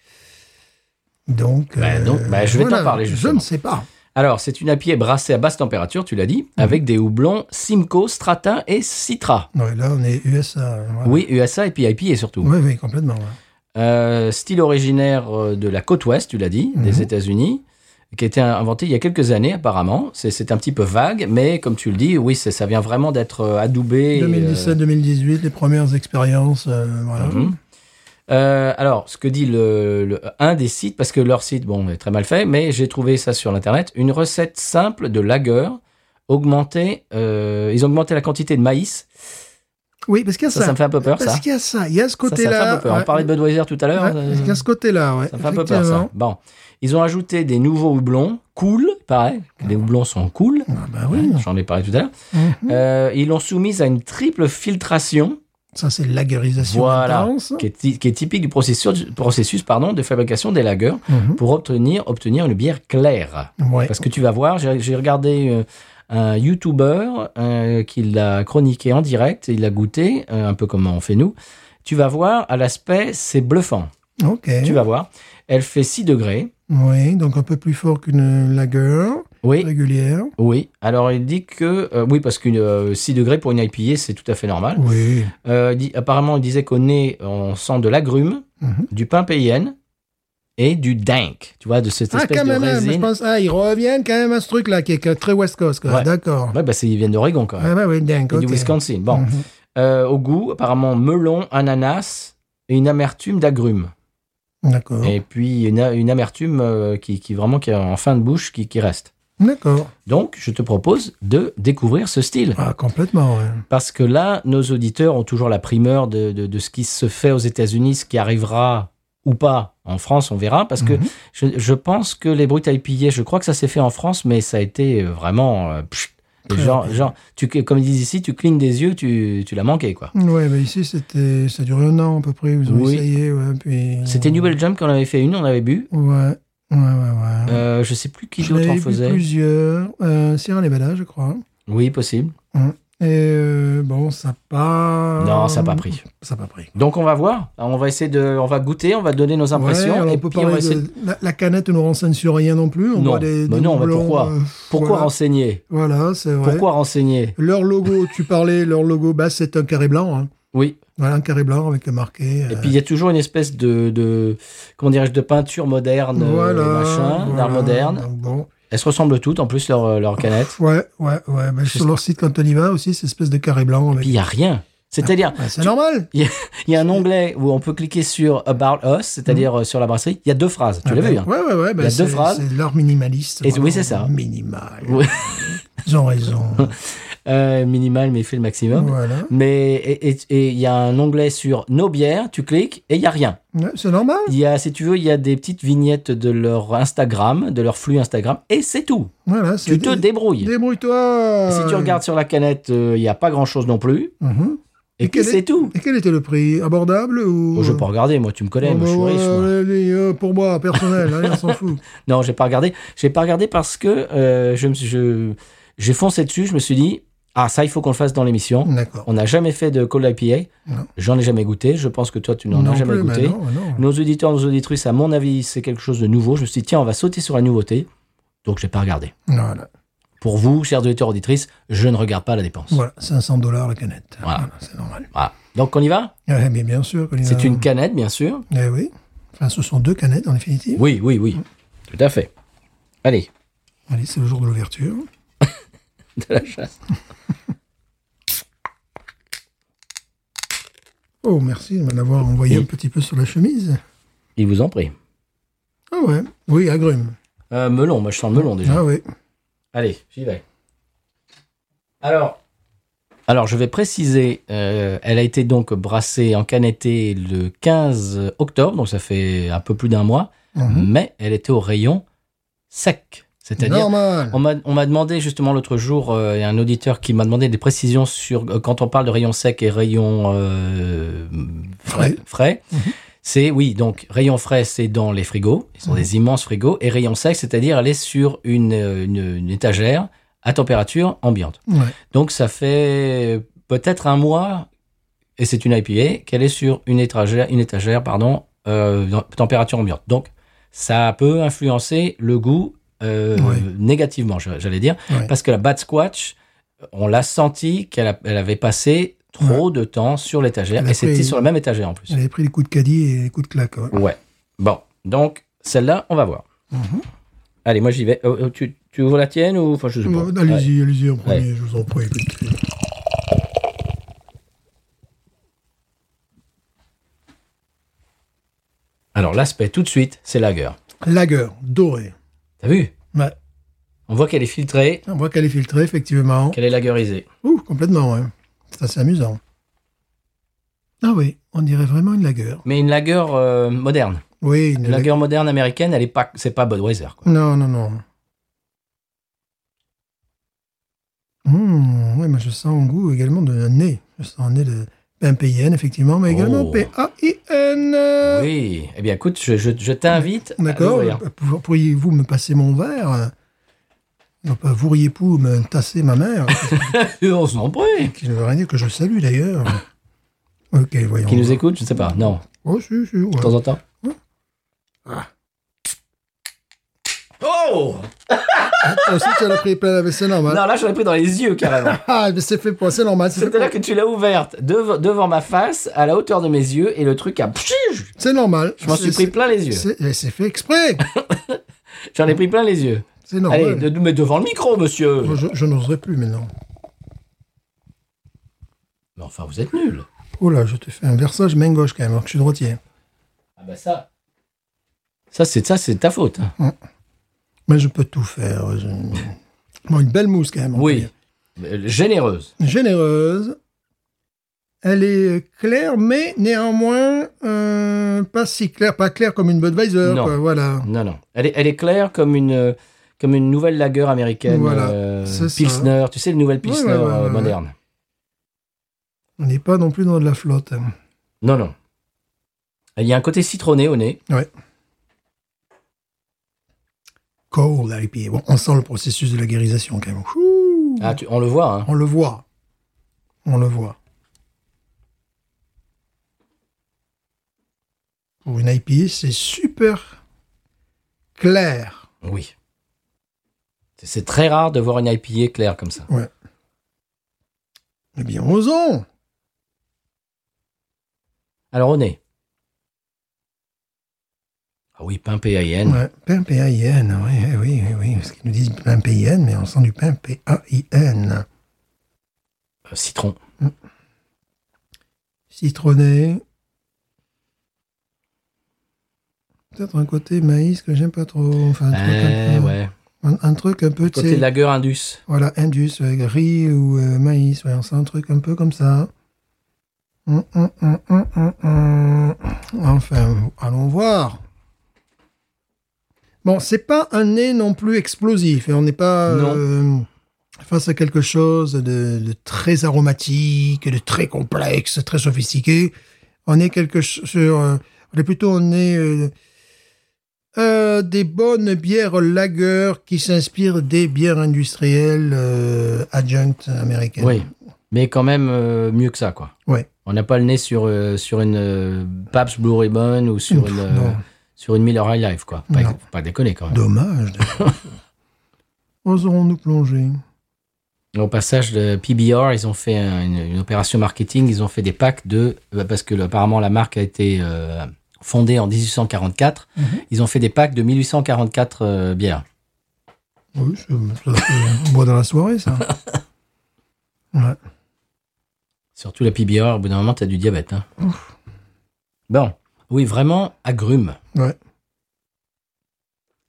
Speaker 2: Donc, euh,
Speaker 1: Ben, donc, ben, je vais t'en parler,
Speaker 2: Je
Speaker 1: justement.
Speaker 2: ne sais pas.
Speaker 1: Alors, c'est une apier brassée à basse température, tu l'as dit,
Speaker 2: Mmh.
Speaker 1: avec des houblons Simcoe, Stratin et Citra.
Speaker 2: Ouais, là, on est USA. voilà.
Speaker 1: Oui, USA et puis IPA surtout.
Speaker 2: Oui, oui, complètement. ouais.
Speaker 1: Euh, style originaire euh, de la côte ouest, tu l'as dit,
Speaker 2: Mhm.
Speaker 1: des États-Unis, qui a été inventé il y a quelques années apparemment. C'est- C'est un petit peu vague, mais comme tu le dis, oui, c'est- ça vient vraiment d'être euh, adoubé. et, euh,
Speaker 2: 2017-2018, les premières expériences. euh, voilà.
Speaker 1: Mhm. Euh, alors, ce que dit le, le- un des sites, parce que leur site, bon, est très mal fait, mais j'ai trouvé ça sur l'internet, une recette simple de lager augmentée. euh, ils ont augmenté la quantité de maïs.
Speaker 2: Oui, parce qu'il y a
Speaker 1: Ça,
Speaker 2: ça.
Speaker 1: ça, me fait un peu peur,
Speaker 2: parce
Speaker 1: Ah, ça.
Speaker 2: qu'il y a ça. Il y a ce
Speaker 1: Ça, ça me fait un
Speaker 2: côté-là.
Speaker 1: peu peur.
Speaker 2: ouais.
Speaker 1: On parlait de Budweiser tout à l'heure.
Speaker 2: Ouais,
Speaker 1: euh,
Speaker 2: parce qu'il y a ce côté-là, ouais.
Speaker 1: Ça me fait un peu peur, ça.
Speaker 2: effectivement.
Speaker 1: Bon. Ils ont ajouté des nouveaux houblons, cool, pareil. Les houblons sont cool. hein,
Speaker 2: Ah, bah oui.
Speaker 1: J'en ai parlé tout à l'heure.
Speaker 2: Mhm.
Speaker 1: Euh, ils l'ont soumise à une triple filtration,
Speaker 2: Ça, c'est de l'aguerisation
Speaker 1: Voilà.
Speaker 2: intense.
Speaker 1: qui est, ti- qui est typique du processus, processus pardon, de fabrication des lagers,
Speaker 2: Mhm.
Speaker 1: pour obtenir, obtenir une bière claire.
Speaker 2: Ouais.
Speaker 1: Parce que tu vas voir, j'ai j'ai regardé euh, un YouTuber euh, qui l'a chroniqué en direct, il l'a goûté, euh, un peu comme on fait nous. Tu vas voir, à l'aspect, c'est bluffant.
Speaker 2: Ok.
Speaker 1: Tu vas voir, elle fait 6 degrés.
Speaker 2: Oui, donc un peu plus fort qu'une lager
Speaker 1: Oui,
Speaker 2: régulière.
Speaker 1: Oui, alors il dit que, euh, oui, parce que 6 degrés pour une IPA, c'est tout à fait normal.
Speaker 2: Oui.
Speaker 1: Euh, il dit- apparemment, il disait qu'au nez, on sent de l'agrumes,
Speaker 2: Mhm.
Speaker 1: du pain payenne et du dank, tu vois, de cette
Speaker 2: Ah,
Speaker 1: espèce
Speaker 2: quand
Speaker 1: de
Speaker 2: même, hein, mais je
Speaker 1: résine.
Speaker 2: pense. Ah, ils reviennent quand même à ce truc-là qui est que- très West Coast, quoi.
Speaker 1: Ouais.
Speaker 2: D'accord.
Speaker 1: Ouais, bah, c'est- ils viennent d'Oregon quand même.
Speaker 2: Ah, bah oui, dingue.
Speaker 1: Et du
Speaker 2: ok.
Speaker 1: Wisconsin. Bon,
Speaker 2: Mhm.
Speaker 1: Euh, au goût, apparemment, melon, ananas et une amertume d'agrumes.
Speaker 2: D'accord.
Speaker 1: Et puis une, a- une amertume euh, qui, qui vraiment qui est en fin de bouche qui, qui reste.
Speaker 2: D'accord.
Speaker 1: Donc, je te propose de découvrir ce style.
Speaker 2: Ah, complètement, ouais.
Speaker 1: Parce que là, nos auditeurs ont toujours la primeur de, de- de ce qui se fait aux États-Unis, ce qui arrivera ou pas en France, on verra. Parce que
Speaker 2: Mhm.
Speaker 1: je, je pense que les brutes à IPA, je crois que ça s'est fait en France, mais ça a été euh, vraiment. euh, pfft,
Speaker 2: Très
Speaker 1: genre,
Speaker 2: rapide.
Speaker 1: genre tu, comme ils disent ici, tu clignes des yeux, tu, tu l'as manqué, quoi.
Speaker 2: Ouais, mais ici, c'était, ça durait un an à peu près. Ils ont
Speaker 1: Oui.
Speaker 2: essayé, ouais, puis.
Speaker 1: C'était New Belgium qu'on avait fait une, on avait bu.
Speaker 2: Ouais, ouais, ouais, ouais.
Speaker 1: Euh, je sais plus qui
Speaker 2: J'en
Speaker 1: d'autre en
Speaker 2: avais vu
Speaker 1: faisait.
Speaker 2: plusieurs. Euh, Sierra Nevada, je crois.
Speaker 1: Oui, possible.
Speaker 2: Mhm. Et euh, bon, ça n'a pas.
Speaker 1: Non, ça n'a pas pris.
Speaker 2: Ça n'a pas pris.
Speaker 1: Donc on va voir, on va essayer de, on va goûter, on va donner nos impressions.
Speaker 2: Ouais, alors
Speaker 1: et
Speaker 2: on peut
Speaker 1: puis on
Speaker 2: parler
Speaker 1: va
Speaker 2: de-
Speaker 1: essayer de-
Speaker 2: la, la canette ne renseigne sur rien non plus. On
Speaker 1: Non,
Speaker 2: voit des,
Speaker 1: bah
Speaker 2: des
Speaker 1: non, mais
Speaker 2: doublons,
Speaker 1: pourquoi
Speaker 2: euh,
Speaker 1: Pourquoi
Speaker 2: voilà.
Speaker 1: renseigner
Speaker 2: Voilà, c'est vrai.
Speaker 1: Pourquoi renseigner
Speaker 2: Leur logo, tu parlais, leur logo, bah, c'est un carré blanc. hein.
Speaker 1: Oui.
Speaker 2: Voilà, un carré blanc avec marqué. euh,
Speaker 1: Et puis il y a toujours une espèce de, de comment dirais-je, de peinture moderne, euh, machin, d'art
Speaker 2: voilà.
Speaker 1: moderne.
Speaker 2: Donc Bon,
Speaker 1: Elles se ressemblent toutes, en plus leur, leur canette.
Speaker 2: ouais, ouais, ouais. Mais sur leur site, quand on y va aussi, c'est espèce de carré blanc.
Speaker 1: Et
Speaker 2: avec-
Speaker 1: puis il y a rien. C'est-à-dire,
Speaker 2: Bah, c'est
Speaker 1: tu-
Speaker 2: normal.
Speaker 1: il y a un onglet où on peut cliquer sur About Us, c'est-à-dire euh, sur la brasserie. Il y a deux phrases. Tu l'as vu, hein
Speaker 2: Ouais, ouais, ouais. bah,
Speaker 1: Il y a deux
Speaker 2: c'est-
Speaker 1: phrases.
Speaker 2: C'est l'art minimaliste.
Speaker 1: Et- oui,
Speaker 2: vraiment,
Speaker 1: c'est ça.
Speaker 2: Minimal.
Speaker 1: Ouais.
Speaker 2: Ils ont
Speaker 1: [LAUGHS]
Speaker 2: raison.
Speaker 1: Euh, Minimal, mais fait le maximum.
Speaker 2: voilà.
Speaker 1: Mais et- et- et il y a un onglet sur nos bières, tu cliques et il y a rien.
Speaker 2: Ouais, c'est normal.
Speaker 1: Il y a, si tu veux, il y a des petites vignettes de leur Instagram, de leur flux Instagram, et c'est tout.
Speaker 2: Voilà, c'est
Speaker 1: Tu te
Speaker 2: dé-
Speaker 1: débrouilles.
Speaker 2: débrouille-toi.
Speaker 1: Et si tu regardes sur la canette, euh, il n'y a pas grand-chose non plus,
Speaker 2: Mhm.
Speaker 1: et,
Speaker 2: Et
Speaker 1: puis
Speaker 2: quel
Speaker 1: c'est
Speaker 2: est-
Speaker 1: tout.
Speaker 2: Et quel était le prix Abordable ou
Speaker 1: Bon, Oh, je peux pas regarder, moi, tu me connais,
Speaker 2: Oh,
Speaker 1: moi, je suis
Speaker 2: bah,
Speaker 1: riche.
Speaker 2: ouais,
Speaker 1: moi.
Speaker 2: allez, euh, pour moi, personnel, allez, on s'en
Speaker 1: [LAUGHS]
Speaker 2: fout.
Speaker 1: Non, j'ai pas regardé. J'ai pas regardé parce que euh, je me suis- je- j'ai foncé dessus. Je me suis dit, ah ça, il faut qu'on le fasse dans l'émission.
Speaker 2: D'accord.
Speaker 1: On n'a jamais fait de cold IPA.
Speaker 2: Non.
Speaker 1: J'en ai jamais goûté. Je pense que toi, tu n'en as jamais
Speaker 2: plus,
Speaker 1: goûté.
Speaker 2: bah non, non.
Speaker 1: Nos auditeurs, nos auditrices, à mon avis, c'est quelque chose de nouveau. Je me suis dit, tiens, on va sauter sur la nouveauté. Donc, j'ai pas regardé.
Speaker 2: Voilà,
Speaker 1: Pour vous, chers auditeurs, auditrices, je ne regarde pas la dépense.
Speaker 2: Voilà, 500 dollars la canette.
Speaker 1: Voilà.
Speaker 2: c'est normal.
Speaker 1: Voilà. Donc, on y va
Speaker 2: Ouais, mais bien sûr. qu'on y
Speaker 1: C'est
Speaker 2: va.
Speaker 1: une canette, bien sûr.
Speaker 2: Eh oui. Enfin, ce sont deux canettes en définitive.
Speaker 1: Oui, oui, oui. Tout à fait. Allez,
Speaker 2: Allez, c'est le jour de l'ouverture.
Speaker 1: [LAUGHS] de la chasse.
Speaker 2: [LAUGHS] Oh, merci de me l'avoir envoyé
Speaker 1: Oui.
Speaker 2: un petit peu sur la chemise.
Speaker 1: Il vous en prie.
Speaker 2: Ah ouais. Oui, agrumes.
Speaker 1: Euh, melon, moi, je sens le melon déjà.
Speaker 2: Ah oui.
Speaker 1: Allez, j'y vais. Alors. Alors, je vais préciser, euh, elle a été donc brassée, encanettée le 15 octobre, donc ça fait un peu plus d'un mois,
Speaker 2: Mhm.
Speaker 1: mais elle était au rayon sec. C'est-à-dire,
Speaker 2: Normal.
Speaker 1: on m'a on m'a demandé justement l'autre jour, euh, il y a un auditeur qui m'a demandé des précisions sur euh, quand on parle de rayon sec et rayon euh, frais.
Speaker 2: Frais.
Speaker 1: frais. C'est oui, donc rayon frais, c'est dans les frigos, ils sont des immenses frigos, et rayon sec, c'est-à-dire elle est sur une, euh, une- une étagère à température ambiante.
Speaker 2: Ouais.
Speaker 1: Donc ça fait peut-être un mois, et c'est une IPA, qu'elle est sur une étagère, une étagère pardon, euh, dans- température ambiante. Donc ça peut influencer le goût euh,
Speaker 2: Ouais.
Speaker 1: négativement, je- j'allais dire,
Speaker 2: Ouais.
Speaker 1: parce que la Bad Squatch, on l'a senti qu'elle a- elle avait passé trop de temps sur l'étagère,
Speaker 2: Elle a
Speaker 1: et c'était
Speaker 2: pris-
Speaker 1: sur la même étagère en plus.
Speaker 2: J'avais pris les coups de caddie et les coups de claque. ouais.
Speaker 1: Ouais. Bon, donc celle-là, on va voir.
Speaker 2: Mm-hmm.
Speaker 1: Allez, moi j'y vais. Euh, euh, tu, tu ouvres la tienne ou enfin je sais pas.
Speaker 2: Bon, Allez-y, allez-y en premier,
Speaker 1: Ouais.
Speaker 2: je vous en prie. écoutez.
Speaker 1: Alors l'aspect tout de suite, c'est lager.
Speaker 2: Lager, doré.
Speaker 1: T'as vu
Speaker 2: Ouais.
Speaker 1: On voit qu'elle est filtrée,
Speaker 2: On voit qu'elle est filtrée, effectivement.
Speaker 1: qu'elle est lagerisée.
Speaker 2: Ouh, complètement, ouais. C'est assez amusant. Ah oui, on dirait vraiment une lager.
Speaker 1: Mais une lager euh, moderne.
Speaker 2: Oui, une
Speaker 1: Une lager moderne américaine, elle est pas, c'est pas Budweiser. Quoi.
Speaker 2: Non, non, non. Hum, oui, mais je sens un goût également de nez. Je sens un nez de PIN, effectivement, mais également
Speaker 1: Oh.
Speaker 2: P-A-I-N.
Speaker 1: Oui. Eh bien, écoute, je, je- je t'invite. à
Speaker 2: Euh. D'accord.
Speaker 1: l'ouvrir.
Speaker 2: Pour- Pourriez-vous me passer mon verre Non, pas pourriez-vous me tasser ma mère
Speaker 1: [LAUGHS]
Speaker 2: euh,
Speaker 1: On s'en prie.
Speaker 2: Qui ne veut rien dire que je salue
Speaker 1: [LAUGHS]
Speaker 2: d'ailleurs. Ok, voyons.
Speaker 1: Qui nous écoute, je ne sais pas. Non,
Speaker 2: Oh, si, si, ouais.
Speaker 1: de temps en temps. Oh
Speaker 2: Toi aussi, Ah, tu l'as pris plein la vaisselle, normal.
Speaker 1: Non, là, j'en ai pris dans les yeux carrément.
Speaker 2: [LAUGHS] Ah, mais c'est fait pour, c'est normal. C'est fait
Speaker 1: C'est-à-dire
Speaker 2: pour-
Speaker 1: que tu l'as ouverte dev- devant ma face, à la hauteur de mes yeux, et le truc a... Pshouj
Speaker 2: C'est normal.
Speaker 1: Je m'en
Speaker 2: C'est-
Speaker 1: suis pris
Speaker 2: c'est-
Speaker 1: plein les yeux.
Speaker 2: C'est eh, c'est fait exprès.
Speaker 1: J'en ai pris plein les yeux.
Speaker 2: C'est normal.
Speaker 1: Allez, de, mais devant le micro, monsieur
Speaker 2: Moi, je, je n'oserais plus maintenant.
Speaker 1: Mais enfin, vous êtes nul.
Speaker 2: Oh là, je te fais un versage main gauche quand même, alors que je suis droitier.
Speaker 1: Ah bah ça... Ça, c'est ça, c'est de ta faute.
Speaker 2: Ah,
Speaker 1: hein.
Speaker 2: Mais je peux tout faire. je- Bon, une belle mousse quand même. on peut
Speaker 1: Oui.
Speaker 2: dire.
Speaker 1: Euh, Généreuse.
Speaker 2: Généreuse. Elle est euh, claire, mais néanmoins euh, pas si claire, pas claire comme une Budweiser.
Speaker 1: Non.
Speaker 2: quoi, voilà.
Speaker 1: Non, non. Elle est, elle est claire comme une, euh, comme une nouvelle lager américaine.
Speaker 2: Voilà,
Speaker 1: euh,
Speaker 2: c'est ça.
Speaker 1: Pilsner. Tu sais, les nouvelles
Speaker 2: Ouais, ouais,
Speaker 1: Pilsner
Speaker 2: ouais, ouais,
Speaker 1: euh,
Speaker 2: ouais.
Speaker 1: modernes.
Speaker 2: On n'est pas non plus dans de la flotte.
Speaker 1: Non, non. Il y a un côté citronné au nez.
Speaker 2: Cold IPA. Bon, on sent le processus de la guérisation quand même. Ouh.
Speaker 1: Ah, tu- on le voit, hein.
Speaker 2: On le voit. on le voit. Pour une IPA, c'est super clair.
Speaker 1: Oui. C'est- C'est très rare de voir une IPA claire comme ça.
Speaker 2: Ouais. Eh bien, osons
Speaker 1: Alors, au nez. Ah oui, pain PAIN.
Speaker 2: Ouais, pain P-A-I-N, oui, eh oui, oui, oui, parce qu'ils nous disent pain P-I-N, mais on sent du pain P-A-I-N.
Speaker 1: Euh, Citron.
Speaker 2: Citronné. Peut-être un côté maïs que j'aime pas trop. Enfin, un, truc,
Speaker 1: Eh,
Speaker 2: un peu-
Speaker 1: ouais.
Speaker 2: un- un truc un peu, tu
Speaker 1: Côté
Speaker 2: sais,
Speaker 1: lager Indus.
Speaker 2: voilà, indus, avec riz ou euh, maïs, ouais, on sent un truc un peu comme ça. Hum, hum, hum, hum, hum, hum. Enfin, allons voir. Bon, c'est pas un nez non plus explosif, et on n'est pas
Speaker 1: Non.
Speaker 2: euh, face à quelque chose de, de très aromatique, de très complexe, très sophistiqué. On est quelque ch- sur, euh, on est plutôt on est euh, euh, des bonnes bières lager qui s'inspirent des bières industrielles euh, adjunctes américaines.
Speaker 1: Oui. Mais quand même euh, mieux que ça, quoi.
Speaker 2: Ouais.
Speaker 1: On n'a pas le nez sur, euh, sur une euh, Pabst Blue Ribbon ou sur
Speaker 2: Pff,
Speaker 1: une, euh,
Speaker 2: non.
Speaker 1: sur une Miller High Life, quoi. Pas,
Speaker 2: Non.
Speaker 1: faut pas déconner, quand même.
Speaker 2: Dommage. d'ailleurs. Oserons-nous plonger
Speaker 1: Au passage de PBR, ils ont fait un- une, une opération marketing. Ils ont fait des packs de. euh, Parce que apparemment, la marque a été euh, fondée en 1844.
Speaker 2: Mhm.
Speaker 1: Ils ont fait des packs de 1844 euh, bières.
Speaker 2: Oui, ça, ça fait bois dans la soirée, ça. Ouais.
Speaker 1: Surtout la PBR, au bout d'un moment, t'as du diabète. Hein. Bon, oui, vraiment, agrumes.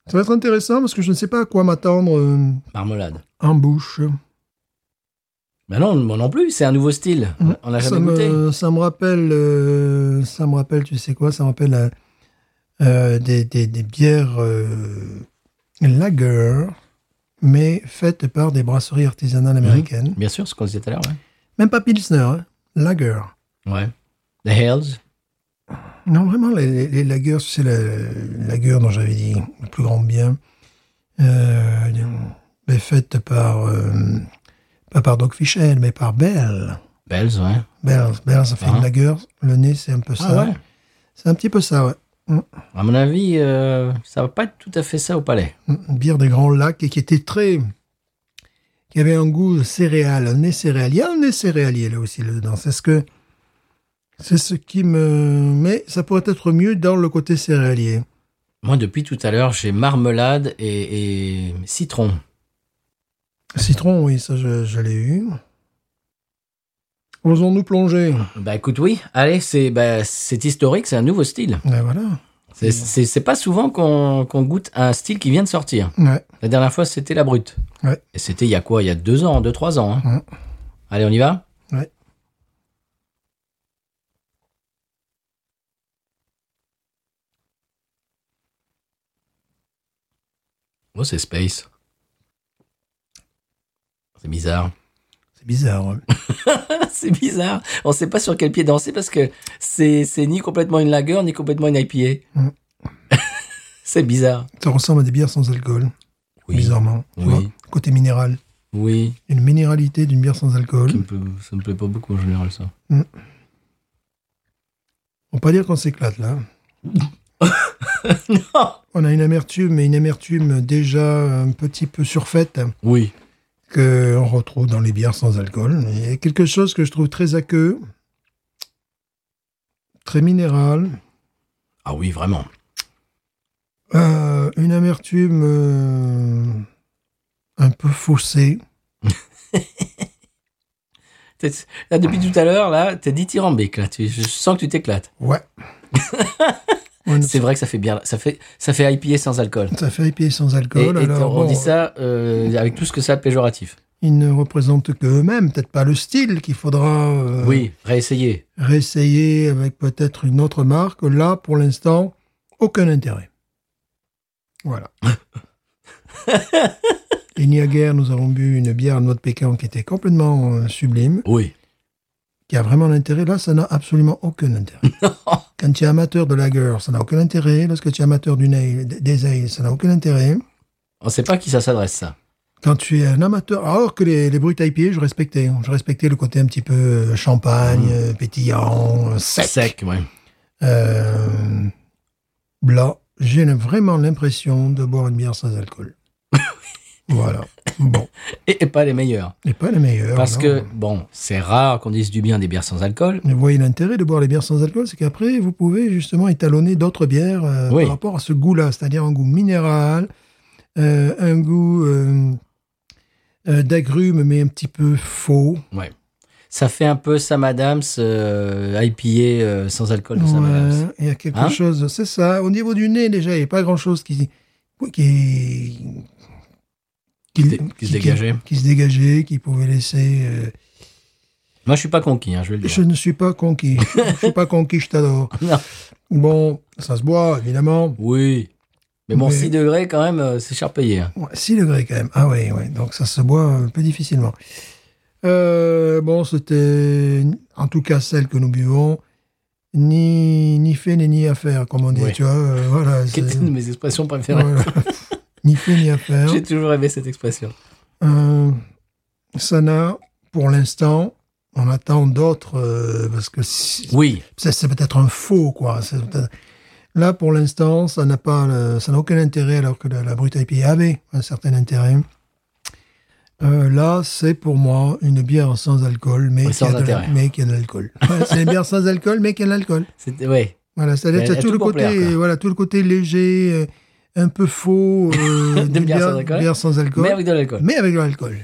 Speaker 2: Ça va être intéressant parce que je ne sais pas à quoi m'attendre euh,
Speaker 1: marmelade.
Speaker 2: en bouche.
Speaker 1: Ben non, moi non plus, c'est un nouveau style.
Speaker 2: Mm.
Speaker 1: On n'a
Speaker 2: Ça
Speaker 1: jamais goûté.
Speaker 2: me, ça me rappelle, euh, ça me rappelle, tu sais quoi, ça me rappelle euh, euh, des, des- des bières euh, lager, mais faites par des brasseries artisanales
Speaker 1: Mhm.
Speaker 2: américaines.
Speaker 1: Bien sûr, ce qu'on disait tout à l'heure. ouais.
Speaker 2: Même pas Pilsner, hein, lager.
Speaker 1: Ouais. The Hells.
Speaker 2: Non, vraiment, les, les, les lagers, c'est la, la gueule dont j'avais dit le plus grand bien, euh, est faite par, euh, pas par Doc Fichel, mais par Bell.
Speaker 1: Bells, ouais.
Speaker 2: Bell, Bell ça fait
Speaker 1: Ah.
Speaker 2: une lager, le nez, c'est un peu ça.
Speaker 1: Ah ouais.
Speaker 2: C'est un petit peu ça, ouais.
Speaker 1: À mon avis, euh, ça va pas être tout à fait ça au palais.
Speaker 2: Une bière des Grands Lacs et qui était très. qui avait un goût céréal, un nez céréalier. Il y a un nez céréalier là aussi là-dedans. C'est ce que. C'est ce qui me. Mais ça pourrait être mieux dans le côté céréalier.
Speaker 1: Moi, depuis tout à l'heure, j'ai marmelade et, et citron.
Speaker 2: Citron, oui, ça je, je l'ai eu. Osons-nous plonger.
Speaker 1: Bah écoute, oui. Allez, c'est bah, c'est historique, c'est un nouveau style.
Speaker 2: Ben voilà.
Speaker 1: C'est- C'est c'est pas souvent qu'on qu'on goûte un style qui vient de sortir.
Speaker 2: Ouais.
Speaker 1: La dernière fois, c'était la brute.
Speaker 2: Ouais.
Speaker 1: Et c'était il y a quoi Il y a deux ans, deux, trois ans. hein.
Speaker 2: Ouais.
Speaker 1: Allez, on y va
Speaker 2: Ouais.
Speaker 1: Oh, c'est Space. C'est bizarre.
Speaker 2: C'est bizarre. ouais.
Speaker 1: [LAUGHS] c'est bizarre. On sait pas sur quel pied danser parce que c'est c'est ni complètement une lager, ni complètement une IPA.
Speaker 2: Ouais.
Speaker 1: [LAUGHS] c'est bizarre.
Speaker 2: [LAUGHS] Ça ressemble à des bières sans alcool, bizarrement. tu
Speaker 1: Oui.
Speaker 2: vois. Côté minéral.
Speaker 1: Oui.
Speaker 2: Une minéralité d'une bière sans alcool.
Speaker 1: Ça me, plaît, ça me plaît pas beaucoup en général, ça.
Speaker 2: On peut pas dire qu'on s'éclate là.
Speaker 1: Non. [LAUGHS]
Speaker 2: On a une amertume, mais une amertume déjà un petit peu surfaite
Speaker 1: Oui.
Speaker 2: que on retrouve dans les bières sans alcool. Il y a quelque chose que je trouve très aqueux, très minéral,
Speaker 1: Ah oui, vraiment.
Speaker 2: euh, une amertume euh, un peu faussée.
Speaker 1: T'es- Là, depuis tout à l'heure, là, t'es dithyrambique. Là. Tu, je sens que tu t'éclates. [LAUGHS]
Speaker 2: Ouais. On-
Speaker 1: C'est vrai que ça fait bien. Ça fait, ça fait IPA sans alcool.
Speaker 2: Ça fait IPA sans
Speaker 1: Et,
Speaker 2: alcool.
Speaker 1: et
Speaker 2: alors,
Speaker 1: on
Speaker 2: Oh bon,
Speaker 1: dit ça euh, avec tout ce que ça a de péjoratif.
Speaker 2: Ils ne représentent que eux-mêmes, peut-être pas le style qu'il faudra euh,
Speaker 1: Oui, réessayer.
Speaker 2: réessayer avec peut-être une autre marque. Là, pour l'instant, aucun intérêt. Voilà. Il n'y a guère, nous avons bu une bière à noix de pécan qui était complètement euh, sublime,
Speaker 1: Oui.
Speaker 2: qui a vraiment l'intérêt. Là, ça n'a absolument aucun intérêt. Quand tu es amateur de lager, ça n'a aucun intérêt. Lorsque tu es amateur d'une ale- des ales, ça n'a aucun intérêt.
Speaker 1: On sait pas à qui ça s'adresse, ça.
Speaker 2: Quand tu es un amateur, alors que les, les brutes IPA, je respectais. hein. Je respectais le côté un petit peu euh, champagne, euh, pétillant, euh, sec.
Speaker 1: Sec, ouais.
Speaker 2: Euh, là, j'ai vraiment l'impression de boire une bière sans
Speaker 1: [LAUGHS]
Speaker 2: alcool. voilà. Bon.
Speaker 1: Et, et pas les meilleurs.
Speaker 2: Et pas la meilleure.
Speaker 1: Parce
Speaker 2: Oh non.
Speaker 1: que, bon, c'est rare qu'on dise du bien des bières sans alcool.
Speaker 2: Mais vous voyez l'intérêt de boire les bières sans alcool, c'est qu'après, vous pouvez justement étalonner d'autres bières euh,
Speaker 1: Oui.
Speaker 2: par rapport à ce goût-là, c'est-à-dire un goût minéral, euh, un goût euh, euh, d'agrumes, mais un petit peu faux.
Speaker 1: Ouais. Ça fait un peu Sam Adams, euh, IPA euh, sans alcool de Sam Adams.
Speaker 2: Ouais, Il y a quelque
Speaker 1: Hein
Speaker 2: chose, c'est ça. Au niveau du nez, déjà, il n'y a pas grand-chose qui, qui,
Speaker 1: Qui se dé- qui se dégageait.
Speaker 2: Qui, se dégageait, qui pouvait laisser. euh,
Speaker 1: Moi, je suis pas conquis, hein, je vais le dire.
Speaker 2: Je ne suis pas conquis.
Speaker 1: [LAUGHS]
Speaker 2: je suis pas conquis, je t'adore.
Speaker 1: Non.
Speaker 2: Bon, ça se boit, évidemment.
Speaker 1: Oui. Mais bon,
Speaker 2: Mais-
Speaker 1: 6 degrés, quand même, euh, c'est cher payé. hein.
Speaker 2: Ouais, 6 degrés quand même. Ah oui, oui. Donc ça se boit un peu difficilement. Euh, bon, c'était en tout cas celle que nous buvons. Ni, ni fait ni, ni à faire, comme on dit.
Speaker 1: Ouais.
Speaker 2: Tu vois, euh,
Speaker 1: [LAUGHS]
Speaker 2: voilà.
Speaker 1: Qui est
Speaker 2: c'est-
Speaker 1: une de mes expressions préférées.
Speaker 2: voilà. [LAUGHS] ni fait ni à faire.
Speaker 1: J'ai toujours aimé cette expression.
Speaker 2: Euh, Sana, pour l'instant, on attend d'autres euh, parce que si-
Speaker 1: Oui.
Speaker 2: ça, c'est peut-être un faux, quoi. C'est peut-être- Là, pour l'instant, ça n'a pas, le- ça n'a aucun intérêt, alors que la, la brute IPA avait un certain intérêt. Euh, là, c'est pour moi une bière sans alcool, mais,
Speaker 1: Oui,
Speaker 2: qui, a
Speaker 1: sans
Speaker 2: de, la-
Speaker 1: intérêt.
Speaker 2: mais qui a de
Speaker 1: [LAUGHS]
Speaker 2: l'alcool. Ouais, c'est une bière sans alcool, mais qui a de l'alcool.
Speaker 1: C'était, ouais.
Speaker 2: Voilà, ça
Speaker 1: Elle
Speaker 2: laisse
Speaker 1: a
Speaker 2: tout,
Speaker 1: tout
Speaker 2: le
Speaker 1: pour
Speaker 2: côté,
Speaker 1: plaire, quoi.
Speaker 2: voilà, tout le côté léger, euh, un peu faux,
Speaker 1: [LAUGHS]
Speaker 2: euh,
Speaker 1: De
Speaker 2: d'une
Speaker 1: bière sans alcool.
Speaker 2: bière sans alcool,
Speaker 1: Mais avec de l'alcool.
Speaker 2: mais avec de l'alcool.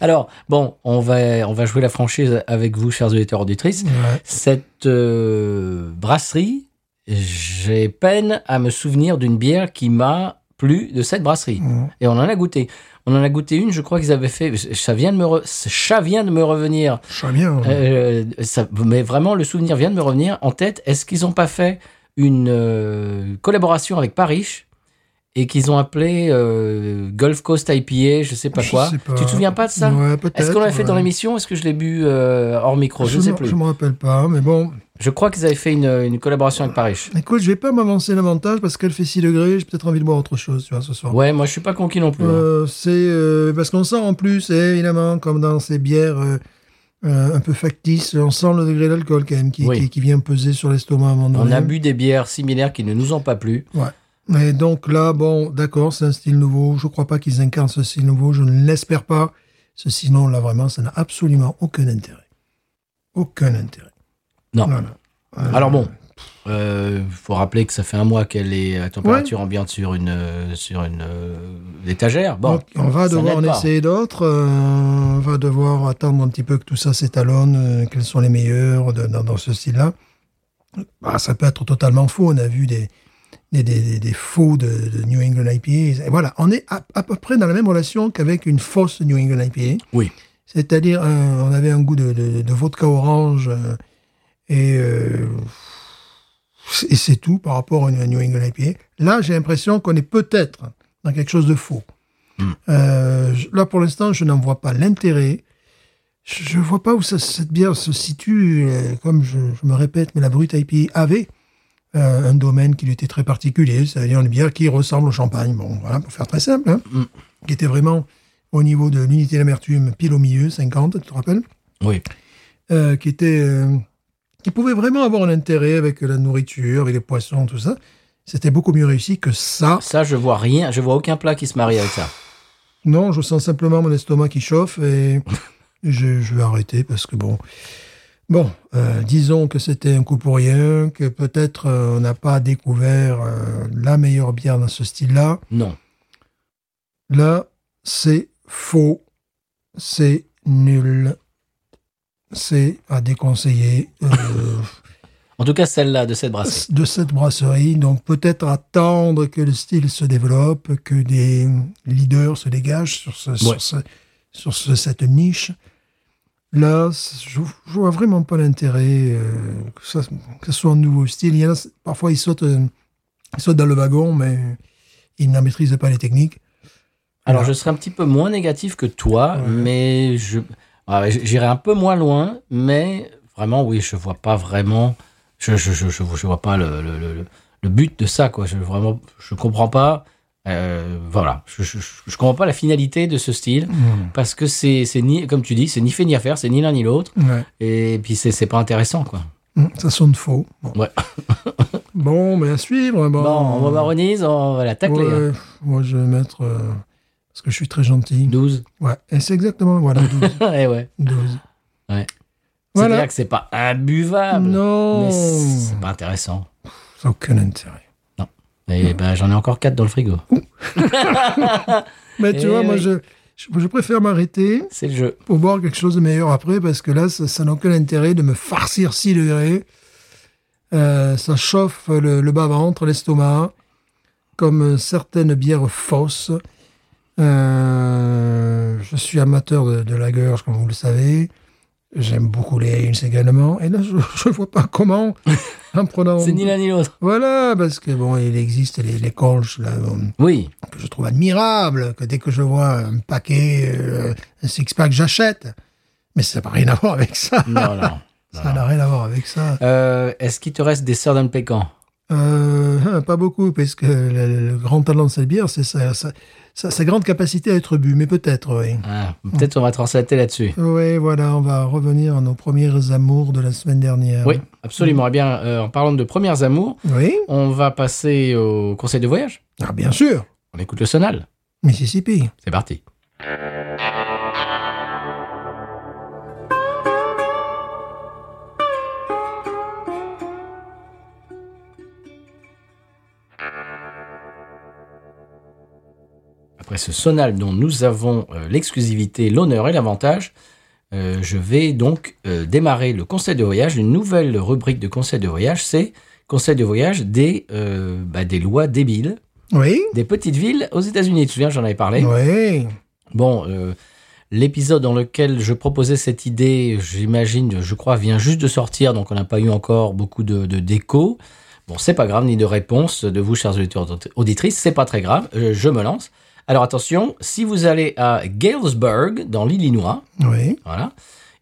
Speaker 1: Alors, bon, on va, on va jouer la franchise avec vous, chers auditeurs auditrices.
Speaker 2: Ouais.
Speaker 1: Cette euh, brasserie, j'ai peine à me souvenir d'une bière qui m'a plu de cette brasserie.
Speaker 2: Mmh.
Speaker 1: Et on en a goûté. On en a goûté une, je crois qu'ils avaient fait. Ça vient de me, re- ça vient de me revenir.
Speaker 2: Je sais bien.
Speaker 1: Euh, ça- mais vraiment, le souvenir vient de me revenir en tête. Est-ce qu'ils n'ont pas fait une euh, collaboration avec Paris et qu'ils ont appelé euh, Gulf Coast IPA, je sais pas
Speaker 2: Je
Speaker 1: quoi.
Speaker 2: sais pas.
Speaker 1: Tu te souviens pas de ça
Speaker 2: Ouais, peut-être,
Speaker 1: Est-ce qu'on l'a fait
Speaker 2: ouais.
Speaker 1: dans l'émission Est-ce que je l'ai bu euh, hors micro Je ne sais
Speaker 2: m'en-
Speaker 1: plus.
Speaker 2: Je me rappelle pas, mais bon.
Speaker 1: Je crois qu'ils avaient fait une, une collaboration avec Paris.
Speaker 2: Écoute, je vais pas m'avancer davantage parce qu'elle fait 6 degrés, j'ai peut-être envie de boire autre chose, tu vois, ce soir.
Speaker 1: Ouais, moi je suis pas conquis non plus. hein.
Speaker 2: Euh, c'est euh, parce qu'on sent en plus, eh, évidemment, comme dans ces bières euh, euh, un peu factices, on sent le degré d'alcool quand même qui,
Speaker 1: Oui.
Speaker 2: qui, qui vient peser sur l'estomac à un moment
Speaker 1: On
Speaker 2: donné.
Speaker 1: a bu des bières similaires qui ne nous ont pas plu.
Speaker 2: Mais donc là, bon, d'accord, c'est un style nouveau. Je crois pas qu'ils incarnent ce style nouveau. Je ne l'espère pas. Ce sinon, là, vraiment, ça n'a absolument aucun intérêt. Aucun intérêt.
Speaker 1: Non.
Speaker 2: Voilà. Euh,
Speaker 1: Alors bon, euh, faut rappeler que ça fait un mois qu'elle est à température ambiante sur une euh, sur une euh, étagère. Bon,
Speaker 2: donc, on va
Speaker 1: ça
Speaker 2: devoir en
Speaker 1: n'aide pas.
Speaker 2: essayer d'autres. euh, on va devoir attendre un petit peu que tout ça s'étalonne, euh, quels sont les meilleurs de- dans, dans ce style-là. Bah, ça peut être totalement faux. On a vu des, des, des- des- des faux de, de New England IPA. Et voilà, on est à, à peu près dans la même relation qu'avec une fausse New England IPA.
Speaker 1: Oui.
Speaker 2: C'est-à-dire, un- on avait un goût de, de- de vodka orange euh, et, euh, et c'est tout par rapport à une New England IPA. Là, j'ai l'impression qu'on est peut-être dans quelque chose de faux. Euh, je- là, pour l'instant, je n'en vois pas l'intérêt. Je je vois pas où ça- cette bière se situe. euh, comme je, je me répète, mais la Brute IPA avait euh, un domaine qui lui était très particulier, c'est-à-dire une bière qui ressemble au champagne. Bon, voilà, pour faire très simple. hein.
Speaker 1: Mm.
Speaker 2: Qui était vraiment au niveau de l'unité d'amertume, pile au milieu, 50, tu te rappelles
Speaker 1: oui.
Speaker 2: euh, qui était euh, qui pouvait vraiment avoir un intérêt avec la nourriture, avec les poissons, tout ça. C'était beaucoup mieux réussi que ça.
Speaker 1: Ça, je vois rien, je vois aucun plat qui se marie avec ça.
Speaker 2: Non, je sens simplement mon estomac qui chauffe et je, je vais arrêter parce que bon. Bon, euh, disons que c'était un coup pour rien, que peut-être euh, on n'a pas découvert euh, la meilleure bière dans ce style-là.
Speaker 1: Non.
Speaker 2: Là, c'est faux. C'est nul. C'est à déconseiller. Euh,
Speaker 1: En tout cas, celle-là de cette brasserie.
Speaker 2: de cette brasserie. Donc peut-être attendre que le style se développe, que des leaders se dégagent sur, ce,
Speaker 1: Ouais.
Speaker 2: sur, ce- sur ce- cette niche. Là, c- je, je vois vraiment pas l'intérêt euh, que, ça- que ce soit un nouveau style. Il y en a, c- parfois, ils sautent, euh, ils sautent dans le wagon, mais ils n'en maîtrisent pas les techniques.
Speaker 1: Alors, je serais un petit peu moins négatif que toi,
Speaker 2: Ouais.
Speaker 1: mais je ouais, j'irai un peu moins loin. Mais vraiment, oui, je vois pas vraiment. Je je je je, je vois pas le le, le- le- le but de ça quoi. Je vraiment je comprends pas. Euh, voilà, je, je, je comprends pas la finalité de ce style parce que c'est c'est ni comme tu dis, c'est ni fait ni à faire, c'est ni l'un ni l'autre
Speaker 2: Ouais.
Speaker 1: et puis c'est c'est pas intéressant quoi.
Speaker 2: Mm, Ça sonne faux. Bon,
Speaker 1: Ouais.
Speaker 2: [LAUGHS] bon mais à suivre. Bon,
Speaker 1: Bon, on va baronise, on va la tacler. hein.
Speaker 2: Oh. Ouais, moi, je vais mettre. euh, parce que je suis très gentil.
Speaker 1: 12.
Speaker 2: Ouais, et c'est exactement. Voilà, 12.
Speaker 1: [LAUGHS] Eh ouais.
Speaker 2: 12.
Speaker 1: Ouais.
Speaker 2: Voilà.
Speaker 1: C'est-à-dire que c'est pas imbuvable.
Speaker 2: Non.
Speaker 1: Mais c'est pas intéressant.
Speaker 2: Ça n'a aucun intérêt.
Speaker 1: Et ben, j'en ai encore 4 dans le frigo.
Speaker 2: Mais
Speaker 1: Eh
Speaker 2: tu vois, moi,
Speaker 1: oui.
Speaker 2: je, je, je préfère m'arrêter
Speaker 1: C'est le jeu.
Speaker 2: pour boire quelque chose de meilleur après, parce que là, ça ça n'a aucun intérêt de me farcir 6 degrés. Euh, ça chauffe le, le bas-ventre, l'estomac, comme certaines bières fausses. Euh, je suis amateur de, de lager, comme vous le savez. J'aime beaucoup les Heinz également. Et là, je ne vois pas comment, en prenant...
Speaker 1: [LAUGHS] C'est ni l'un ni l'autre.
Speaker 2: Voilà, parce que bon, il existe les, les colches, là, bon,
Speaker 1: Oui.
Speaker 2: que je trouve admirable, que dès que je vois un paquet, euh, un six-pack, j'achète. Mais ça n'a rien à voir avec ça.
Speaker 1: Non,
Speaker 2: [LAUGHS]
Speaker 1: non. non,
Speaker 2: Ça
Speaker 1: non.
Speaker 2: n'a rien à voir avec ça.
Speaker 1: Euh, Est-ce qu'il te reste des sœurs d'un pécan
Speaker 2: Euh, hein, pas beaucoup, parce que le, le grand talent de cette bière, c'est sa, sa- sa- sa grande capacité à être bu, mais peut-être, oui.
Speaker 1: Ah, Peut-être on va translater là-dessus.
Speaker 2: Oui, voilà, on va revenir à nos premiers amours de la semaine dernière.
Speaker 1: Oui, absolument. Eh bien, euh, en parlant de premières amours,
Speaker 2: Oui
Speaker 1: on va passer au conseil de voyage.
Speaker 2: Ah, bien sûr
Speaker 1: On écoute le sonal.
Speaker 2: Mississippi.
Speaker 1: C'est parti. Après ce sonal dont nous avons euh, l'exclusivité, l'honneur et l'avantage, euh, je vais donc euh, démarrer le conseil de voyage. Une nouvelle rubrique de conseil de voyage, c'est conseil de voyage des, euh, bah, des lois débiles,
Speaker 2: Oui
Speaker 1: des petites villes aux États-Unis. Tu te souviens, j'en avais parlé.
Speaker 2: Oui
Speaker 1: Bon, euh, l'épisode dans lequel je proposais cette idée, j'imagine, je crois, vient juste de sortir, donc on n'a pas eu encore beaucoup de, de déco. Bon, c'est pas grave, ni de réponse de vous, chers auditeurs auditrices, c'est pas très grave, euh, je me lance. Alors attention, si vous allez à Galesburg, dans l'Illinois,
Speaker 2: Oui
Speaker 1: voilà,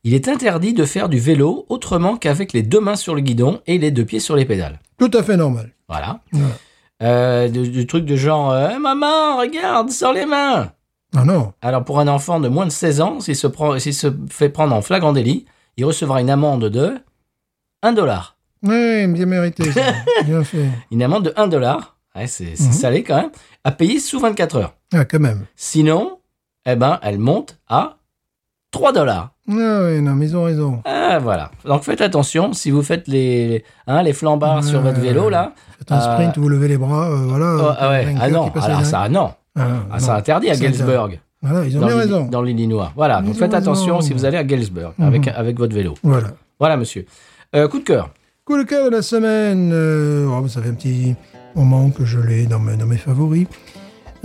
Speaker 1: il est interdit de faire du vélo autrement qu'avec les deux mains sur le guidon et les deux pieds sur les pédales.
Speaker 2: Tout à fait normal.
Speaker 1: Voilà.
Speaker 2: Ouais.
Speaker 1: Euh, du, du truc de genre euh, Eh, Maman, regarde, sors les mains
Speaker 2: Ah non
Speaker 1: Alors, pour un enfant de moins de 16 ans, s'il se, prend, s'il se fait prendre en flagrant délit, il recevra une amende de 1 dollar.
Speaker 2: Oui, bien mérité,
Speaker 1: [LAUGHS]
Speaker 2: ça. bien fait.
Speaker 1: Une amende de 1 dollar, ouais, c'est, c'est
Speaker 2: Mhm.
Speaker 1: salé quand même, à payer sous 24 heures.
Speaker 2: Ah, quand même.
Speaker 1: Sinon, eh ben, elle monte à 3 dollars.
Speaker 2: Ah oui, non, mais ils ont raison.
Speaker 1: Ah, voilà. Donc, faites attention si vous faites les, hein, les flambards sur
Speaker 2: Ouais.
Speaker 1: votre vélo, là.
Speaker 2: Faites un
Speaker 1: Euh,
Speaker 2: sprint, vous levez les bras, euh, voilà.
Speaker 1: Oh, ah, ouais.
Speaker 2: vainqueur
Speaker 1: Ah
Speaker 2: qui
Speaker 1: non,
Speaker 2: passe
Speaker 1: alors
Speaker 2: les-
Speaker 1: ça, non.
Speaker 2: Ah,
Speaker 1: Ah, ça
Speaker 2: non.
Speaker 1: interdit à
Speaker 2: C'est interdit.
Speaker 1: Galesburg.
Speaker 2: Voilà, ils ont
Speaker 1: dans
Speaker 2: bien
Speaker 1: l'Illi-
Speaker 2: raison.
Speaker 1: dans l'Illinois. Voilà,
Speaker 2: Ils
Speaker 1: donc
Speaker 2: ont
Speaker 1: faites
Speaker 2: raison. Mhm.
Speaker 1: attention si vous allez à Galesburg avec, avec votre vélo.
Speaker 2: Voilà.
Speaker 1: Voilà, monsieur. Euh, coup de cœur.
Speaker 2: Coup de cœur de la semaine. euh, oh, ça fait un petit moment que je l'ai dans mes, dans mes favoris.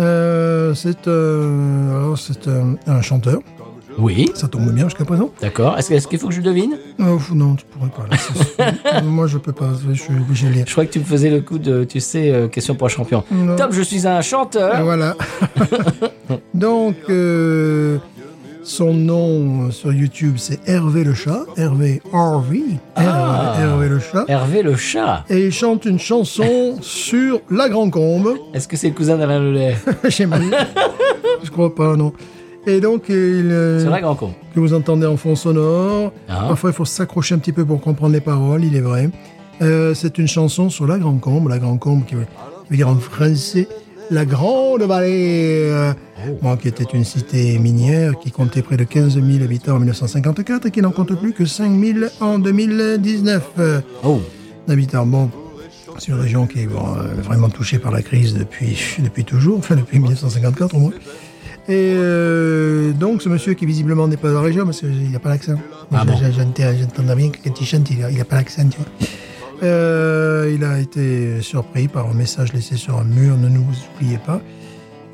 Speaker 2: Euh, c'est euh, alors, c'est, euh, un chanteur.
Speaker 1: Oui,
Speaker 2: Ça tombe bien jusqu'à présent.
Speaker 1: d'accord. Est-ce, que- est-ce qu'il faut que je le devine
Speaker 2: Oh, pff, non, tu pourrais pas. là,
Speaker 1: [LAUGHS]
Speaker 2: c'est- Moi, je peux pas. Je suis obligé de lire.
Speaker 1: Je crois que tu me faisais le coup de, tu sais, euh, question pour un champion.
Speaker 2: Non.
Speaker 1: Top, je suis un
Speaker 2: Et
Speaker 1: chanteur. [LAUGHS]
Speaker 2: voilà. Donc, euh, son nom sur YouTube, c'est Hervé le chat. Hervé RV.
Speaker 1: Ah.
Speaker 2: Hervé, Hervé le chat.
Speaker 1: Hervé le chat.
Speaker 2: Et il chante une chanson sur La Grand Combe. [LAUGHS]
Speaker 1: Est-ce que c'est le cousin d'Alain Lelay
Speaker 2: J'ai mal. Je crois pas, non. Et donc, il, euh,
Speaker 1: C'est vrai, grand con.
Speaker 2: que vous entendez en fond sonore.
Speaker 1: Ah.
Speaker 2: Parfois, il faut s'accrocher un petit peu pour comprendre les paroles, il est vrai. Euh, c'est une chanson sur la Grand Combe, la Grand Combe qui veut, qui veut dire en français la Grande Vallée, euh, bon, qui était une cité minière qui comptait près de 15 000 habitants en 1954 et qui n'en compte plus que 5 000 en 2019 euh,
Speaker 1: Oh,
Speaker 2: habitants. Bon, c'est une région qui est bon, euh, vraiment touchée par la crise depuis, depuis toujours, enfin depuis 1954 au moins. Et euh, donc ce monsieur qui visiblement n'est pas de la région, parce qu'il n'a pas l'accent.
Speaker 1: Ah
Speaker 2: Je-
Speaker 1: bon
Speaker 2: je- j'entends- J'entendais bien que quand il chante, il n'a pas l'accent. tu vois. Euh, il a été surpris par un message laissé sur un mur, ne nous oubliez pas.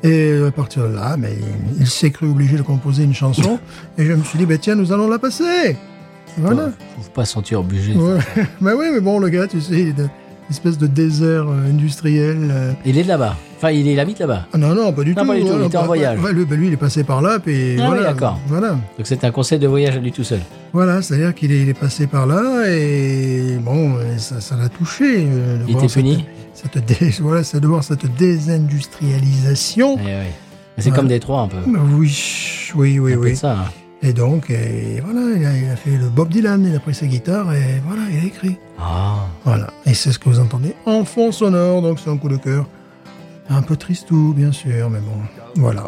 Speaker 2: Et à partir de là, mais il s'est cru obligé de composer une chanson. et je me suis dit, bah, tiens, nous allons la passer. Voilà.
Speaker 1: faut pas se sentir obligé.
Speaker 2: [LAUGHS] Ouais. Mais oui, mais bon, le gars, tu sais, il est- espèce de désert euh, industriel. euh.
Speaker 1: Il est de là-bas. Enfin, il est l'ami de là-bas.
Speaker 2: Ah non, non, pas du
Speaker 1: Non,
Speaker 2: tout.
Speaker 1: pas du tout, il était en
Speaker 2: bah,
Speaker 1: voyage.
Speaker 2: bah, lui, bah, lui, il est passé par là, puis
Speaker 1: Ah oui,
Speaker 2: voilà.
Speaker 1: d'accord.
Speaker 2: Voilà,
Speaker 1: Donc c'est un conseil de voyage à lui tout seul.
Speaker 2: voilà c'est-à-dire qu'il est, il est passé par là, et bon, et ça ça l'a touché. euh, de
Speaker 1: Il
Speaker 2: voir
Speaker 1: était
Speaker 2: cette-
Speaker 1: puni
Speaker 2: cette dé- [LAUGHS] Voilà, c'est de voir cette désindustrialisation.
Speaker 1: Eh oui. Mais C'est
Speaker 2: Ouais.
Speaker 1: comme Détroit un peu.
Speaker 2: Bah Oui, oui, oui,
Speaker 1: Un peu de
Speaker 2: oui.
Speaker 1: ça. hein.
Speaker 2: Et donc, et voilà, il a, il a fait le Bob Dylan, il a pris sa guitare et voilà, il a écrit.
Speaker 1: Ah.
Speaker 2: Voilà, et c'est ce que vous entendez en fond sonore, donc c'est un coup de cœur. Un peu tristou, bien sûr, mais bon, voilà.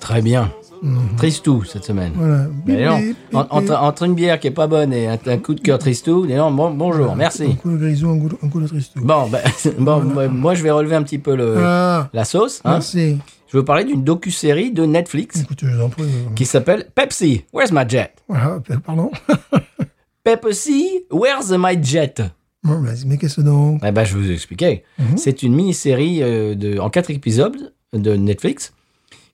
Speaker 1: Très bien.
Speaker 2: Mhm.
Speaker 1: Tristou cette semaine.
Speaker 2: Voilà. Bip,
Speaker 1: Mais non,
Speaker 2: bip, bip,
Speaker 1: en- entre, entre une bière qui est pas bonne et un, un coup de cœur tristou, mais non, bon, bonjour,
Speaker 2: Un
Speaker 1: merci.
Speaker 2: coup de grisou, un coup de, un coup de tristou.
Speaker 1: Bon, ben, [LAUGHS] bon moi- moi je vais relever un petit peu le,
Speaker 2: ah,
Speaker 1: la sauce. euh, Hein.
Speaker 2: merci.
Speaker 1: Je vais vous parler d'une docu-série de Netflix
Speaker 2: Écoutez, je vous en prie.
Speaker 1: qui s'appelle Pepsi, Where's My Jet
Speaker 2: Voilà, pe- pardon. [LAUGHS]
Speaker 1: Pepsi, Where's My Jet
Speaker 2: Bon, vas-y, mais qu'est-ce donc
Speaker 1: Eh ben, je vais vous expliquer.
Speaker 2: Mhm.
Speaker 1: C'est une mini-série euh, de, en quatre épisodes de Netflix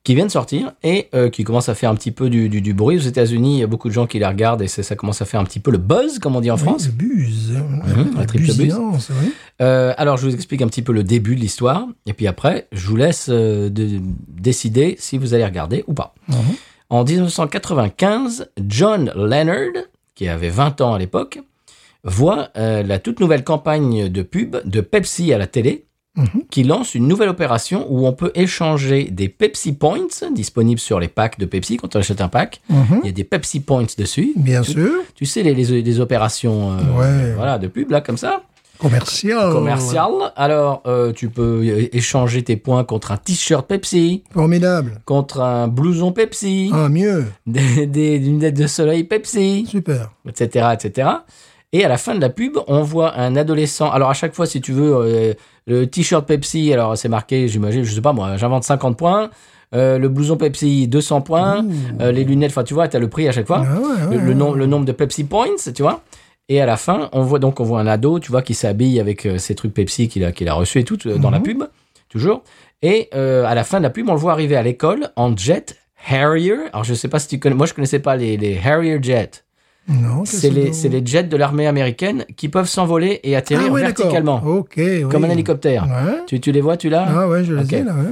Speaker 1: qui vient de sortir et euh, qui commence à faire un petit peu du, du- du bruit aux États-Unis. Il y a beaucoup de gens qui la regardent et ça, ça commence à faire un petit peu le buzz, comme on dit en France. Mhm,
Speaker 2: Oui, le buse.
Speaker 1: la triple buse.
Speaker 2: business, oui.
Speaker 1: Euh, alors, je vous explique un petit peu le début de l'histoire, et puis après, je vous laisse euh, de- décider si vous allez regarder ou pas.
Speaker 2: Mhm.
Speaker 1: En 1995, John Leonard, qui avait 20 ans à l'époque, voit euh, la toute nouvelle campagne de pub de Pepsi à la télé,
Speaker 2: Mhm.
Speaker 1: qui lance une nouvelle opération où on peut échanger des Pepsi Points disponibles sur les packs de Pepsi quand on achète un pack.
Speaker 2: Mhm.
Speaker 1: Il y a des Pepsi Points dessus.
Speaker 2: Bien
Speaker 1: Tu-
Speaker 2: sûr.
Speaker 1: Tu sais, les, les- les opérations euh,
Speaker 2: Ouais. Oh,
Speaker 1: voilà, de pub, là, comme ça
Speaker 2: Commercial.
Speaker 1: commercial. Alors, euh, tu peux é- échanger tes points contre un t-shirt Pepsi,
Speaker 2: Formidable.
Speaker 1: contre un blouson Pepsi,
Speaker 2: Ah, mieux.
Speaker 1: [LAUGHS] des, des lunettes de soleil Pepsi,
Speaker 2: Super.
Speaker 1: etc., etc. Et à la fin de la pub, on voit un adolescent. Alors à chaque fois, si tu veux, euh, le t-shirt Pepsi, alors c'est marqué, j'imagine, je sais pas moi, j'invente 50 points. Euh, le blouson Pepsi, 200 points.
Speaker 2: Ouh.
Speaker 1: Euh, les lunettes, enfin tu vois, t'as le prix à chaque fois.
Speaker 2: Ah ouais, ouais,
Speaker 1: le, le
Speaker 2: ouais.
Speaker 1: nom- le nombre de Pepsi Points, tu vois. Et à la fin, on voit donc on voit un ado, tu vois, qui s'habille avec euh, ces trucs Pepsi qu'il a, qu'il a reçus et tout euh, dans la
Speaker 2: Mhm.
Speaker 1: pub, toujours. Et euh, à la fin de la pub, on le voit arriver à l'école en jet Harrier. Alors je sais pas si tu connais, moi je connaissais pas les, les Harrier Jets.
Speaker 2: Non, Ah, qu'est-ce
Speaker 1: C'est les,
Speaker 2: que-
Speaker 1: c'est les jets de l'armée américaine qui peuvent s'envoler et
Speaker 2: Ah
Speaker 1: atterrir
Speaker 2: ouais, d'accord.
Speaker 1: verticalement,
Speaker 2: Ok.
Speaker 1: comme
Speaker 2: oui.
Speaker 1: un hélicoptère.
Speaker 2: Ouais.
Speaker 1: Tu, tu les vois, tu l'as
Speaker 2: Ah ouais, je le
Speaker 1: Ok.
Speaker 2: sais, là, ouais.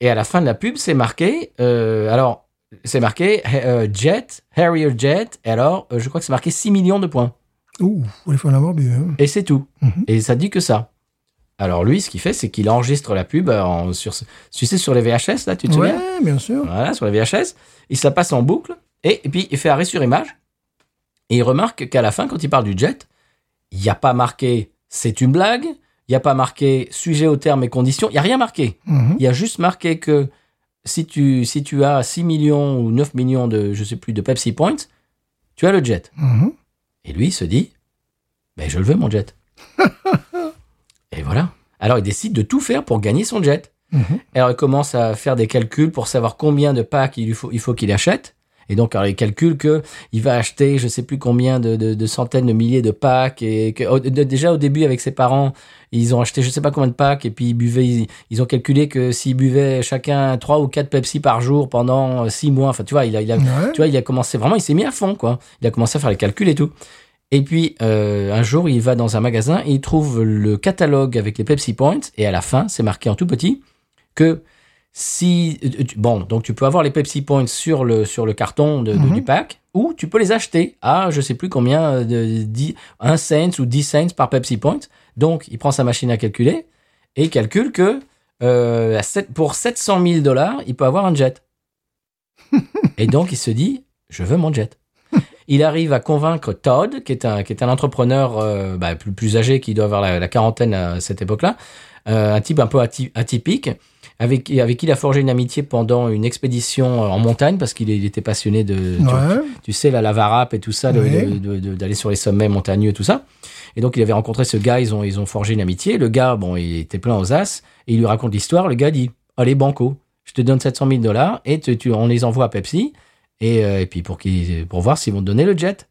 Speaker 1: Et à la fin de la pub, c'est marqué. euh, alors, c'est marqué euh, Jet, Harrier Jet. Et alors, euh, je crois que c'est marqué 6 millions de points.
Speaker 2: Ouh, il faut l'avoir bu. hein.
Speaker 1: Et c'est tout.
Speaker 2: Mhm.
Speaker 1: Et ça dit que ça. Alors, lui, ce qu'il fait, c'est qu'il enregistre la pub euh, en, sur, tu sais, sur les VHS, là, tu te souviens
Speaker 2: Ouais, bien sûr.
Speaker 1: Voilà, sur les VHS. Il se la passe en boucle. Et, et puis, il fait arrêt sur image. Et il remarque qu'à la fin, quand il parle du jet, il n'y a pas marqué c'est une blague. Il n'y a pas marqué sujet aux termes et conditions. Il n'y a rien marqué.
Speaker 2: Mhm.
Speaker 1: Il y a juste marqué que si tu, si tu as 6 millions ou 9 millions de, je sais plus, de Pepsi Points, tu as le jet.
Speaker 2: Mhm.
Speaker 1: Et lui, il se dit, ben, je le veux, mon jet. Et voilà. Alors, il décide de tout faire pour gagner son jet.
Speaker 2: Mhm.
Speaker 1: Alors, il commence à faire des calculs pour savoir combien de packs il lui faut, il faut qu'il achète. Et donc, alors, il calcule que il va acheter, je sais plus combien de, de- de centaines de milliers de packs. Et que, au- de- déjà, au début, avec ses parents, ils ont acheté, je sais pas combien de packs. Et puis, ils buvaient, ils, ils ont calculé que s'ils buvaient chacun trois ou quatre Pepsi par jour pendant euh, six mois, enfin, tu vois, il a, il a,
Speaker 2: Mhm. Ouais.
Speaker 1: Euh, tu vois, il a commencé vraiment, il s'est mis à fond, quoi. Il a commencé à faire les calculs et tout. Et puis, euh, un jour, il va dans un magasin et il trouve le catalogue avec les Pepsi Points. Et à la fin, c'est marqué en tout petit que si. euh, tu- Bon, donc tu peux avoir les Pepsi Points sur le, sur le carton de- de-
Speaker 2: Mhm.
Speaker 1: du pack ou tu peux les acheter à, je sais plus combien, euh, de, 1 cent ou 10 cents par Pepsi Point. Donc, il prend sa machine à calculer et il calcule que euh, à sept- pour 700 000 dollars, il peut avoir un jet. Et donc, il se dit, je veux mon jet. Il arrive à convaincre Todd, qui est un, qui est un entrepreneur euh, bah, plus, plus âgé, qui doit avoir la, la quarantaine à cette époque-là, euh, un type un peu ati- atypique, avec, avec qui il a forgé une amitié pendant une expédition euh, en montagne, parce qu'il est- il était passionné de, tu-
Speaker 2: Ouais.
Speaker 1: tu, sais, la lavarap et tout ça, de-
Speaker 2: Ouais.
Speaker 1: de- de- de- d'aller sur les sommets montagneux et tout ça. Et donc, il avait rencontré ce gars, ils ont, ils ont forgé une amitié. Le gars, bon, il était plein aux as, et il lui raconte l'histoire. Le gars dit Allez, banco, je te donne 700 000 dollars et tu- tu- on les envoie à Pepsi. Et, euh, et puis, pour, qu'ils- pour voir s'ils vont te donner le jet.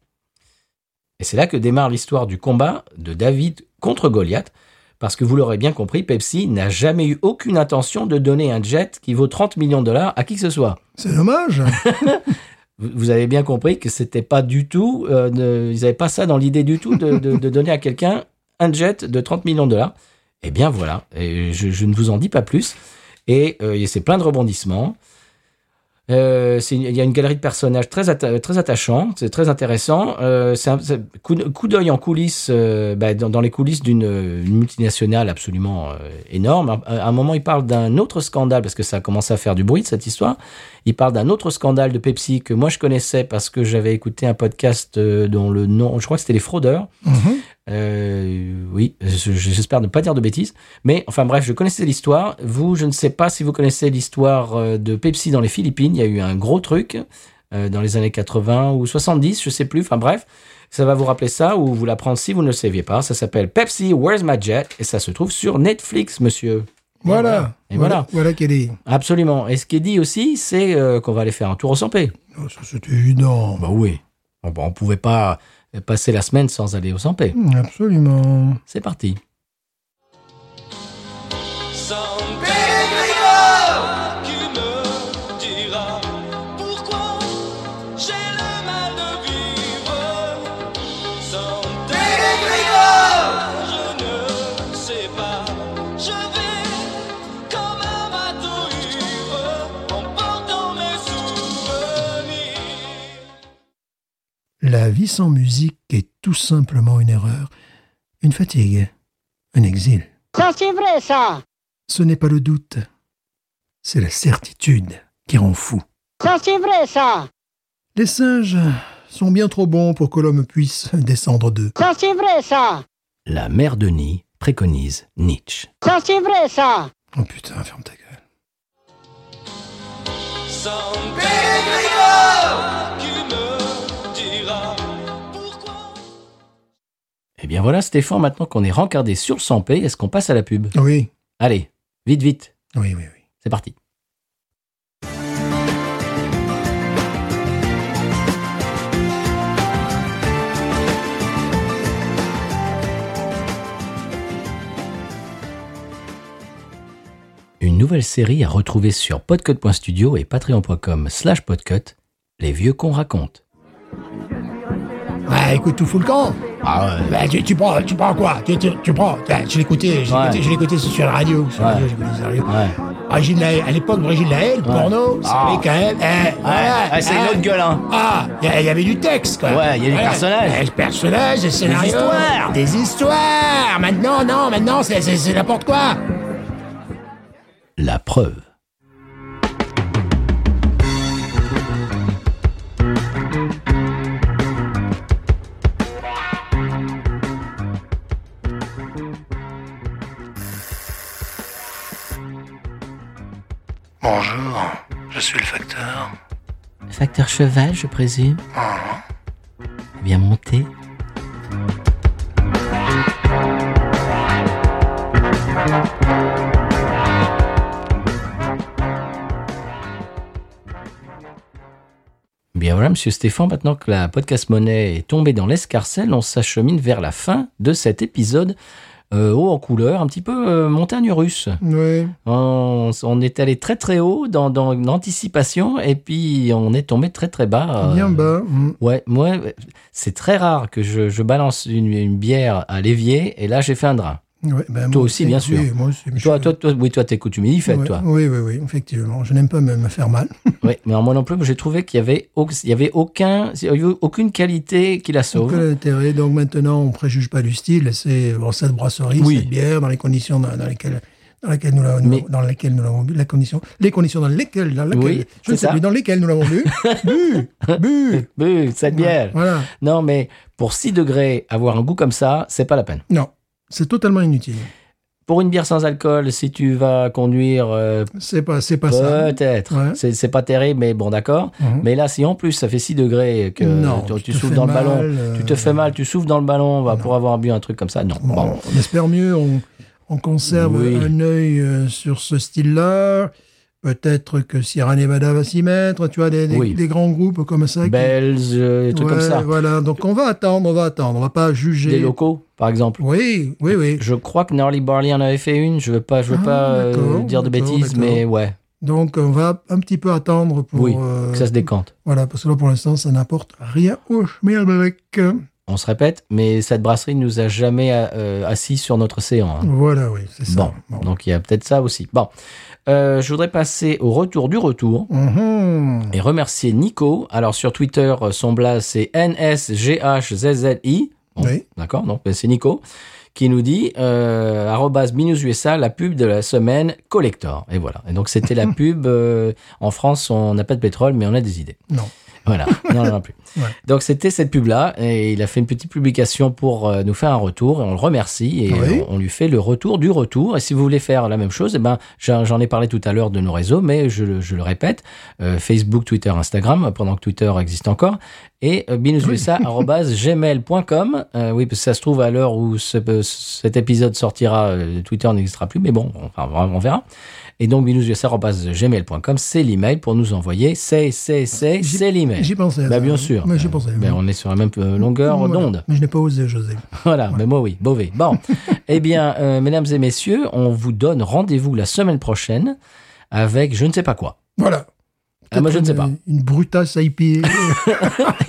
Speaker 1: Et c'est là que démarre l'histoire du combat de David contre Goliath. Parce que vous l'aurez bien compris, Pepsi n'a jamais eu aucune intention de donner un jet qui vaut 30 millions de dollars à qui que ce soit.
Speaker 2: C'est dommage.
Speaker 1: Vous- Vous avez bien compris que c'était pas du tout, euh, ne- ils n'avaient pas ça dans l'idée du tout de, de- de donner à quelqu'un un jet de 30 millions de dollars. Eh bien voilà, et je, je ne vous en dis pas plus. Et euh, c'est plein de rebondissements. Euh, c'est une- il y a une galerie de personnages très, atta- très attachants, c'est très intéressant. Euh, c'est un c'est- coup, d- coup d'œil en coulisses, euh, bah, dans, dans les coulisses d'une euh, une multinationale absolument euh, énorme. À, à un moment, il parle d'un autre scandale, parce que ça a commencé à faire du bruit de cette histoire. Il parle d'un autre scandale de Pepsi que moi je connaissais parce que j'avais écouté un podcast euh, dont le nom, je crois que c'était Les Fraudeurs.
Speaker 2: Mhm.
Speaker 1: Euh, oui, je- j'espère ne pas dire de bêtises. Mais enfin bref, je connaissais l'histoire. Vous, je ne sais pas si vous connaissez l'histoire euh, de Pepsi dans les Philippines. Il y a eu un gros truc euh, dans les années 80 ou 70, je sais plus. Enfin bref, ça va vous rappeler ça ou vous l'apprendre si vous ne le saviez pas. Ça s'appelle Pepsi, Where's My Jet Et ça se trouve sur Netflix, monsieur.
Speaker 2: [LAUGHS] Voilà.
Speaker 1: Et voilà.
Speaker 2: Voilà, voilà qu'elle est.
Speaker 1: Absolument. Et ce qui est dit aussi, c'est euh, qu'on va aller faire un tour au Sampé.
Speaker 2: Oh, ça, C'était évident.
Speaker 1: Bah oui. On, on pouvait pas passer la semaine sans aller au Sampé.
Speaker 2: Hmm, Absolument.
Speaker 1: C'est parti.
Speaker 3: Sans Grégoire qui me dira pourquoi j'ai le mal de vivre. Sans Grégoire, je ne sais pas. Je vais comme un bateau ivre en portant mes souvenirs.
Speaker 2: La vie sans musique est tout simplement une erreur, une fatigue, un exil.
Speaker 4: Ça, c'est vrai, ça.
Speaker 2: Ce n'est pas le doute, c'est la certitude qui rend fou.
Speaker 4: Ça, c'est vrai, ça.
Speaker 2: Les singes sont bien trop bons pour que l'homme puisse descendre d'eux.
Speaker 4: Ça, c'est vrai, ça.
Speaker 1: La mère de Denis préconise Nietzsche.
Speaker 4: Ça, c'est vrai, ça.
Speaker 2: Oh putain, ferme ta gueule.
Speaker 3: Sans Grégoire qui me dira pourquoi.
Speaker 1: Eh bien voilà, Stéphane, maintenant qu'on est rencardé sur le 100 est-ce qu'on passe à la pub
Speaker 2: Ah Oui,
Speaker 1: Allez, vite, vite,
Speaker 2: oui, oui, oui.
Speaker 1: c'est parti. Une nouvelle série à retrouver sur podcut.studio et patreon.com slash podcut, les vieux qu'on raconte.
Speaker 2: Bah écoute, tout fout le camp.
Speaker 1: Ah ouais.
Speaker 2: Bah, tu, tu prends, tu prends quoi tu, tu- tu prends. Bah, je l'écoutais, je
Speaker 1: Ouais.
Speaker 2: l'écoutais, je l'écoutais sur la radio. Sur la
Speaker 1: Ouais.
Speaker 2: radio, je l'écoutais sur la radio.
Speaker 1: Ouais.
Speaker 2: Brigide Lahaye, à l'époque, Brigitte Lahaye, le porno, ça
Speaker 1: Ah.
Speaker 2: avait quand même. eh, voilà,
Speaker 1: ouais, c'est une
Speaker 2: eh.
Speaker 1: autre gueule, hein.
Speaker 2: Ah, il y, a- il y avait du texte, quoi.
Speaker 1: Ouais, il y a du personnage.
Speaker 2: Les personnages, des scénarios.
Speaker 1: histoires.
Speaker 2: Des histoires. Maintenant, non, maintenant, c'est- c'est c'est n'importe quoi.
Speaker 1: La preuve.
Speaker 5: Bonjour, je suis le facteur.
Speaker 1: Facteur cheval, je présume. Eh Bien monté. Bien voilà, Monsieur Stéphane, maintenant que la podcast monnaie est tombée dans l'escarcelle, on s'achemine vers la fin de cet épisode euh, haut en couleur, un petit peu euh, montagne russe.
Speaker 2: Oui.
Speaker 1: On, on est allé très très haut dans, dans l'anticipation et puis on est tombé très très bas. Euh,
Speaker 2: ben, mm,
Speaker 1: Ouais, moi, c'est très rare que je, je balance une, une bière à l'évier et là j'ai fait un drap. Toi aussi, bien sûr.
Speaker 2: ben, moi aussi. mais
Speaker 1: Toi,
Speaker 2: je-
Speaker 1: toi, toi, oui, toi, t'es coutumier, fait,
Speaker 2: ouais, [LAUGHS]
Speaker 1: toi.
Speaker 2: Oui, oui, oui, effectivement. Je n'aime pas me, me faire mal.
Speaker 1: Oui, mais alors, moi non plus, j'ai trouvé qu'il y avait, au- il y avait aucun, il y avait aucune qualité qui la
Speaker 2: Donc,
Speaker 1: sauve.
Speaker 2: quel intérêt Donc maintenant, on préjuge pas du style. C'est bon, cette brasserie,
Speaker 1: Oui.
Speaker 2: cette bière, dans les conditions dans, dans lesquelles dans laquelle nous l'avons
Speaker 1: Mais-
Speaker 2: dans laquelle nous l'avons bu, la condition, les conditions dans lesquelles, dans laquelle,
Speaker 1: Oui,
Speaker 2: je ne
Speaker 1: c'est
Speaker 2: sais
Speaker 1: ça.
Speaker 2: plus, dans lesquelles nous
Speaker 1: [LAUGHS]
Speaker 2: l'avons bu, bu, bu,
Speaker 1: Euh, cette bière.
Speaker 2: voilà,
Speaker 1: Non, mais pour 6 degrés, avoir un goût comme ça, c'est pas la peine.
Speaker 2: non, c'est totalement inutile,
Speaker 1: Pour une bière sans alcool, si tu vas conduire, euh,
Speaker 2: c'est pas, c'est pas ça,
Speaker 1: peut-être.
Speaker 2: Ouais.
Speaker 1: C'est- C'est pas terrible, mais bon, d'accord.
Speaker 2: Mhm.
Speaker 1: Mais là, si en plus ça fait 6 degrés que
Speaker 2: Non,
Speaker 1: tu,
Speaker 2: tu
Speaker 1: euh, tu
Speaker 2: te
Speaker 1: souffles
Speaker 2: fais
Speaker 1: dans
Speaker 2: mal,
Speaker 1: le ballon,
Speaker 2: euh,
Speaker 1: tu te fais mal, tu souffles dans le ballon va pour avoir bu un truc comme ça. Non.
Speaker 2: Bon,
Speaker 1: Bon.
Speaker 2: on espère mieux, on, on conserve
Speaker 1: Oui.
Speaker 2: un œil euh, sur ce style-là. Peut-être que Sierra Nevada va s'y mettre, tu vois, des, des-
Speaker 1: Oui.
Speaker 2: des grands groupes comme ça. qui-
Speaker 1: Bells, euh, des trucs
Speaker 2: Ouais,
Speaker 1: comme ça.
Speaker 2: Voilà, donc on va attendre, on va attendre, on va pas juger.
Speaker 1: Des locaux, par exemple.
Speaker 2: Oui, oui, oui.
Speaker 1: Je crois que Gnarly Barley en avait fait une. Je veux pas, je veux
Speaker 2: Ah,
Speaker 1: pas euh,
Speaker 2: d'accord,
Speaker 1: dire de
Speaker 2: d'accord,
Speaker 1: bêtises,
Speaker 2: d'accord.
Speaker 1: mais ouais,
Speaker 2: Donc on va un petit peu attendre pour.
Speaker 1: Oui,
Speaker 2: euh,
Speaker 1: que ça se décante.
Speaker 2: Voilà, parce que là pour l'instant ça n'apporte rien au schmilblick.
Speaker 1: En- on se répète, mais cette brasserie ne nous a jamais euh, assis sur notre séant. hein.
Speaker 2: Voilà, oui, c'est ça.
Speaker 1: Bon, donc il y a peut-être ça aussi. Bon, Euh, je voudrais passer au retour du retour
Speaker 2: Mhm.
Speaker 1: et remercier Nico. Alors sur Twitter, euh, son blaze c'est NSGHZZI. Bon,
Speaker 2: Oui.
Speaker 1: D'accord, donc ben, c'est Nico qui nous dit euh, arrobase @minususa la pub de la semaine collector et voilà et donc c'était
Speaker 2: [LAUGHS]
Speaker 1: la pub euh, en France on n'a pas de pétrole mais on a des idées
Speaker 2: Non.
Speaker 1: voilà non non, non plus
Speaker 2: [LAUGHS] Ouais.
Speaker 1: donc c'était cette pub là et il a fait une petite publication pour euh, nous faire un retour et on le remercie et
Speaker 2: Oui.
Speaker 1: on, on lui fait le retour du retour et si vous voulez faire la même chose eh ben j'en j'en ai parlé tout à l'heure de nos réseaux mais je, le- je le répète euh, Facebook Twitter Instagram pendant que Twitter existe encore et euh, binoususa@gmail.com. Euh, oui, parce que ça se trouve à l'heure où ce- euh, cet épisode sortira, euh, Twitter n'existera plus, mais bon, enfin, on verra. Et donc binoususa@gmail.com, c'est l'email pour nous envoyer. C'est, c'est, c'est,
Speaker 2: J'y-
Speaker 1: c'est l'email.
Speaker 2: J'y pensais. à
Speaker 1: Bah,
Speaker 2: ça.
Speaker 1: bien sûr.
Speaker 2: Mais j'y pensais.
Speaker 1: Ben, on est sur la même euh, longueur
Speaker 2: Voilà.
Speaker 1: d'onde. [LAUGHS]
Speaker 2: Mais je n'ai pas osé, José.
Speaker 1: Voilà, mais moi oui, Beauvais. Bon, [LAUGHS] eh bien, euh, mesdames et messieurs, on vous donne rendez-vous la semaine prochaine avec je ne sais pas quoi. [LAUGHS]
Speaker 2: Voilà.
Speaker 1: Ah, moi, je ne sais
Speaker 2: Une-
Speaker 1: pas.
Speaker 2: Une brutasse
Speaker 1: [LAUGHS]
Speaker 2: IPA.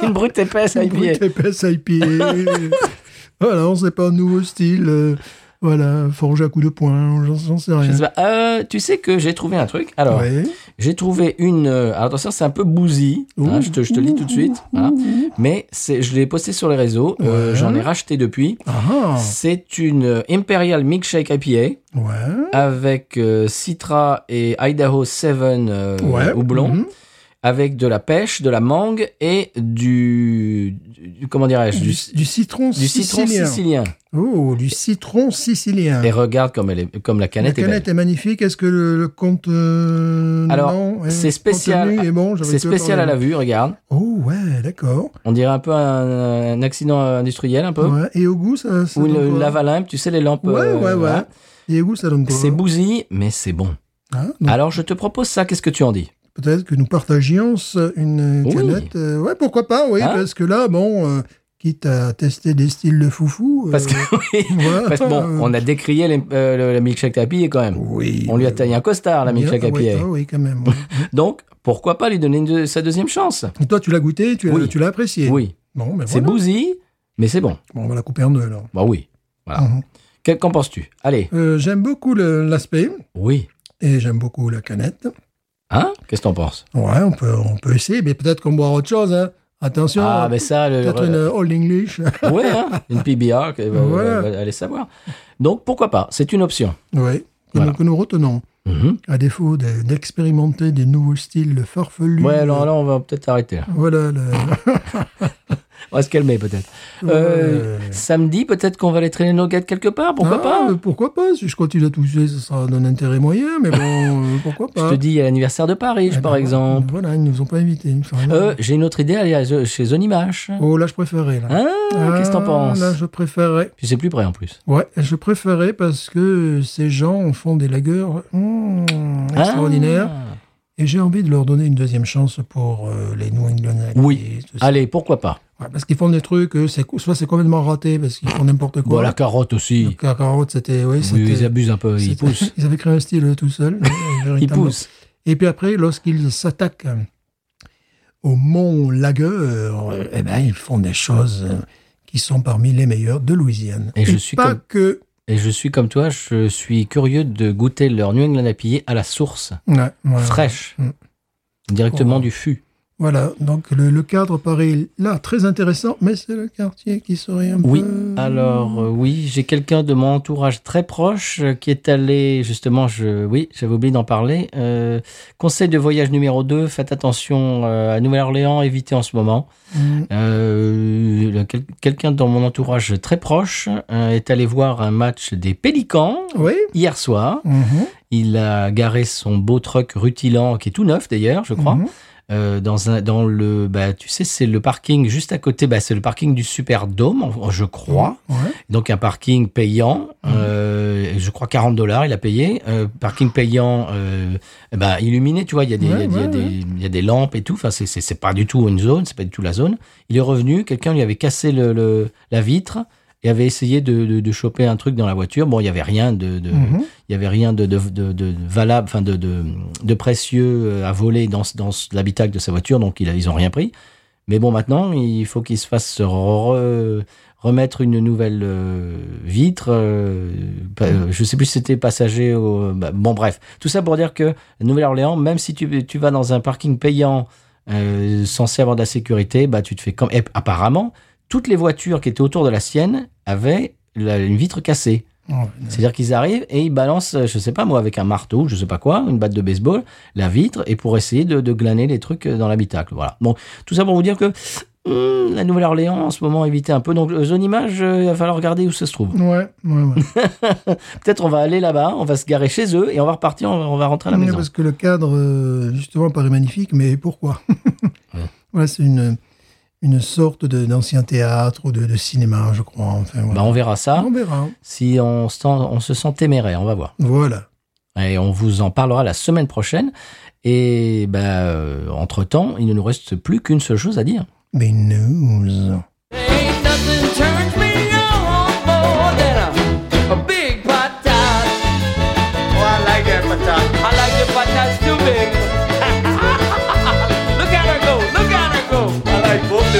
Speaker 1: Une brute épaisse à
Speaker 2: une
Speaker 1: épier.
Speaker 2: brute épaisse
Speaker 1: [LAUGHS]
Speaker 2: IPA. voilà, on ne sait pas, un nouveau style. euh, voilà, forge à coups de poing, j'en- j'en sais
Speaker 1: Je
Speaker 2: rien.
Speaker 1: sais pas. Euh, tu sais que j'ai trouvé un truc. Alors,
Speaker 2: Ouais.
Speaker 1: J'ai trouvé une. euh, alors attention, c'est un peu bousy. hein, je te, je te lis tout de suite. voilà. Mais c'est, je l'ai posté sur les réseaux. euh,
Speaker 2: Ouais.
Speaker 1: J'en ai racheté depuis.
Speaker 2: Ah,
Speaker 1: C'est une euh, Imperial Milkshake IPA
Speaker 2: ah, ouais.
Speaker 1: avec euh, Citra et Idaho 7 euh,
Speaker 2: Ouais.
Speaker 1: houblon,
Speaker 2: Mhm.
Speaker 1: avec de la pêche, de la mangue et du, du- comment dirais-je, du,
Speaker 2: Du, du citron
Speaker 1: du citron
Speaker 2: sicilien.
Speaker 1: sicilien.
Speaker 2: Oh, du citron sicilien.
Speaker 1: Et regarde comme elle est, comme la
Speaker 2: La
Speaker 1: canette, est belle.
Speaker 2: canette est magnifique. Est-ce que le, le compte. euh,
Speaker 1: Alors,
Speaker 2: non,
Speaker 1: c'est
Speaker 2: le
Speaker 1: spécial-
Speaker 2: contenu est bon, j'avais
Speaker 1: C'est
Speaker 2: que
Speaker 1: spécial
Speaker 2: parlé.
Speaker 1: à la vue, regarde.
Speaker 2: Oh, ouais, d'accord.
Speaker 1: On dirait un peu un, un accident industriel, un peu.
Speaker 2: Ouais. Et au goût, ça. ça
Speaker 1: Ou
Speaker 2: donne
Speaker 1: une
Speaker 2: quoi
Speaker 1: lavalimpe, tu sais, les lampes.
Speaker 2: Ouais,
Speaker 1: euh,
Speaker 2: ouais, ouais.
Speaker 1: voilà.
Speaker 2: Et au goût, ça donne quoi
Speaker 1: C'est Ah. bousillé, mais c'est bon.
Speaker 2: Hein Donc,
Speaker 1: Alors, je te propose ça, qu'est-ce que tu en
Speaker 2: [LAUGHS]
Speaker 1: dis
Speaker 2: Peut-être que nous partagions ce- une
Speaker 1: Oui.
Speaker 2: canette. euh, ouais, pourquoi pas, oui,
Speaker 1: Hein
Speaker 2: parce que là, bon, euh, quitte à tester des styles de foufou. euh,
Speaker 1: Parce
Speaker 2: [LAUGHS]
Speaker 1: que, oui,
Speaker 2: voilà,
Speaker 1: parce que bon, on a décrié les- euh, le, la milkshake tapis quand même.
Speaker 2: Oui. euh,
Speaker 1: On lui a taillé un costard, la
Speaker 2: Bien,
Speaker 1: milkshake tapis.
Speaker 2: ouais, ah oui, quand même.
Speaker 1: [LAUGHS]
Speaker 2: ouais.
Speaker 1: Donc, pourquoi pas lui donner une deux- sa deuxième chance
Speaker 2: Et toi, tu l'as goûté, tu l'as
Speaker 1: Oui.
Speaker 2: tu l'as apprécié.
Speaker 1: Oui,
Speaker 2: Bon, mais
Speaker 1: c'est
Speaker 2: voilà.
Speaker 1: bousillé, mais c'est bon.
Speaker 2: Bon, on va la couper en deux, alors.
Speaker 1: Bah oui. Voilà.
Speaker 2: Mhm.
Speaker 1: Que- Qu'en penses-tu Allez,
Speaker 2: Euh, j'aime beaucoup le- l'aspect
Speaker 1: oui.
Speaker 2: et j'aime beaucoup la canette.
Speaker 1: Hein Qu'est-ce que t'en penses
Speaker 2: Ouais, on peut, on peut essayer, mais peut-être qu'on boira autre chose. Hein. Attention,
Speaker 1: Ah,
Speaker 2: hein.
Speaker 1: mais ça, le.
Speaker 2: peut-être une euh, Old English. [LAUGHS]
Speaker 1: Ouais, hein, une PBR, que- euh,
Speaker 2: Voilà.
Speaker 1: euh, allez savoir. Donc, pourquoi pas C'est une option.
Speaker 2: oui, que,
Speaker 1: Voilà.
Speaker 2: nous, que nous retenons.
Speaker 1: Mhm.
Speaker 2: À défaut de- d'expérimenter des nouveaux styles farfelus.
Speaker 1: Ouais, alors là, on va peut-être arrêter. là.
Speaker 2: Voilà, le-
Speaker 1: On va se calmer peut-être. Euh,
Speaker 2: Ouais.
Speaker 1: Samedi, peut-être qu'on va aller traîner nos gars quelque part, [LAUGHS] pourquoi
Speaker 2: Ah,
Speaker 1: pas hein.
Speaker 2: euh, Pourquoi pas Si je continue à tousser, ce sera d'un intérêt moyen, mais bon,
Speaker 1: [LAUGHS]
Speaker 2: euh, pourquoi
Speaker 1: Je
Speaker 2: pas
Speaker 1: te dis, il y a l'anniversaire de Paris,
Speaker 2: Eh ben,
Speaker 1: par exemple.
Speaker 2: Voilà, ils ne nous ont pas invités. ils sont rien.
Speaker 1: Euh, J'ai une autre idée, aller à Zo- chez Zonimash.
Speaker 2: Oh, là, je préférais. Là.
Speaker 1: Hein Qu'est-ce que t'en
Speaker 2: Ah,
Speaker 1: penses
Speaker 2: Là, je préférais.
Speaker 1: Puis c'est plus près en plus.
Speaker 2: Ouais, je préférais parce que ces gens font des lagueurs hmm, extraordinaires.
Speaker 1: Ah.
Speaker 2: Et j'ai envie de leur donner une deuxième chance pour euh, les New England IPA,
Speaker 1: Oui.
Speaker 2: tout ça.
Speaker 1: Allez, pourquoi pas
Speaker 2: Ouais, parce qu'ils font des trucs, euh, c'est, soit c'est complètement raté parce qu'ils font n'importe
Speaker 1: Bon,
Speaker 2: quoi.
Speaker 1: la carotte aussi.
Speaker 2: Donc, la carotte, c'était. Oui,
Speaker 1: Oui,
Speaker 2: c'était
Speaker 1: ils abusent un peu, ils
Speaker 2: c'était- [LAUGHS]
Speaker 1: poussent.
Speaker 2: Ils avaient créé un style euh, tout seul.
Speaker 1: [LAUGHS] Ils poussent.
Speaker 2: Et puis après, lorsqu'ils s'attaquent euh, au Mont Lagueur, euh, eh ben, ils font des choses euh, qui sont parmi les meilleures de Louisiane.
Speaker 1: Et je suis
Speaker 2: pas
Speaker 1: comme-
Speaker 2: que.
Speaker 1: Et je suis comme toi, je suis curieux de goûter leur New England IPA à la source,
Speaker 2: Ouais, ouais.
Speaker 1: fraîche,
Speaker 2: Mm.
Speaker 1: directement
Speaker 2: Oh.
Speaker 1: du fût.
Speaker 2: Voilà, donc le, le cadre paraît là très intéressant, mais c'est le quartier qui serait un
Speaker 1: Oui,
Speaker 2: peu.
Speaker 1: alors euh, oui, j'ai quelqu'un de mon entourage très proche euh, qui est allé, justement, je, oui, j'avais oublié d'en parler. Euh, conseil de voyage numéro 2, faites attention euh, à Nouvelle-Orléans, évitez en ce moment.
Speaker 2: Mm.
Speaker 1: Euh, le- quel- quelqu'un dans mon entourage très proche euh, est allé voir un match des Pélicans
Speaker 2: Oui.
Speaker 1: hier soir.
Speaker 2: Mhm.
Speaker 1: Il a garé son beau truck rutilant, qui est tout neuf d'ailleurs, je crois.
Speaker 2: Mhm.
Speaker 1: Euh, dans un dans le bah tu sais c'est le parking juste à côté bah c'est le parking du Superdome en- je crois
Speaker 2: Ouais.
Speaker 1: donc un parking payant
Speaker 2: Mmh.
Speaker 1: euh, je crois 40 dollars il a payé Euh, parking payant euh, bah illuminé tu vois il y a des il y a des-
Speaker 2: Ouais,
Speaker 1: il y a
Speaker 2: ouais,
Speaker 1: des
Speaker 2: ouais.
Speaker 1: il y a des lampes et tout enfin c'est c'est c'est pas du tout une zone c'est pas du tout la zone il est revenu quelqu'un lui avait cassé le, le- la vitre et avait essayé de, de, de choper un truc dans la voiture bon il y avait rien de, de
Speaker 2: Mhm.
Speaker 1: il y avait rien de, de, de, de valable, enfin de, de, de précieux euh, à voler dans, ce- dans ce- l'habitacle de sa voiture, donc il a- ils ont rien pris. Mais bon, maintenant, il faut qu'il se fasse re- remettre une nouvelle euh, vitre. euh, pa- euh, je sais plus si c'était passager ou... bah, bon, bref. Tout ça pour dire que la Nouvelle-Orléans, même si tu, tu vas dans un parking payant euh, censé avoir de la sécurité, bah, tu te fais comme... Et apparemment, toutes les voitures qui étaient autour de la sienne avaient la- une vitre cassée.
Speaker 2: Oh,
Speaker 1: C'est-à-dire qu'ils arrivent et ils balancent, euh, je sais pas moi, avec un marteau, je sais pas quoi, une batte de baseball, la vitre, et pour essayer de, de glaner les trucs euh, dans l'habitacle. Voilà. Bon, tout ça pour vous dire que hum, la Nouvelle-Orléans, en ce moment, évitez un peu. Donc, euh, zone image, euh, il va falloir regarder où ça se trouve.
Speaker 2: Ouais, ouais, ouais.
Speaker 1: Peut-être on va aller là-bas, on va se garer chez eux et on va repartir, on va, on va rentrer à la
Speaker 2: Mais
Speaker 1: maison.
Speaker 2: Parce que le cadre, euh, justement, paraît magnifique, mais pourquoi [LAUGHS]
Speaker 1: Ouais.
Speaker 2: Voilà, c'est une, une sorte de- d'ancien théâtre ou de, de cinéma, je crois. Enfin, voilà.
Speaker 1: Bah, on verra ça.
Speaker 2: On verra.
Speaker 1: Si on se, sent, on se sent téméraire, on va voir.
Speaker 2: Voilà.
Speaker 1: Et on vous en parlera la semaine prochaine. Et bah, euh, entre-temps, il ne nous reste plus qu'une seule chose à dire.
Speaker 2: Mais news.
Speaker 6: Ain't nothing turns me on more than a, a big patat. Oh, I like that patat. I like the patats too big. [LAUGHS] look at her [LAUGHS] go, look at her go. I like both the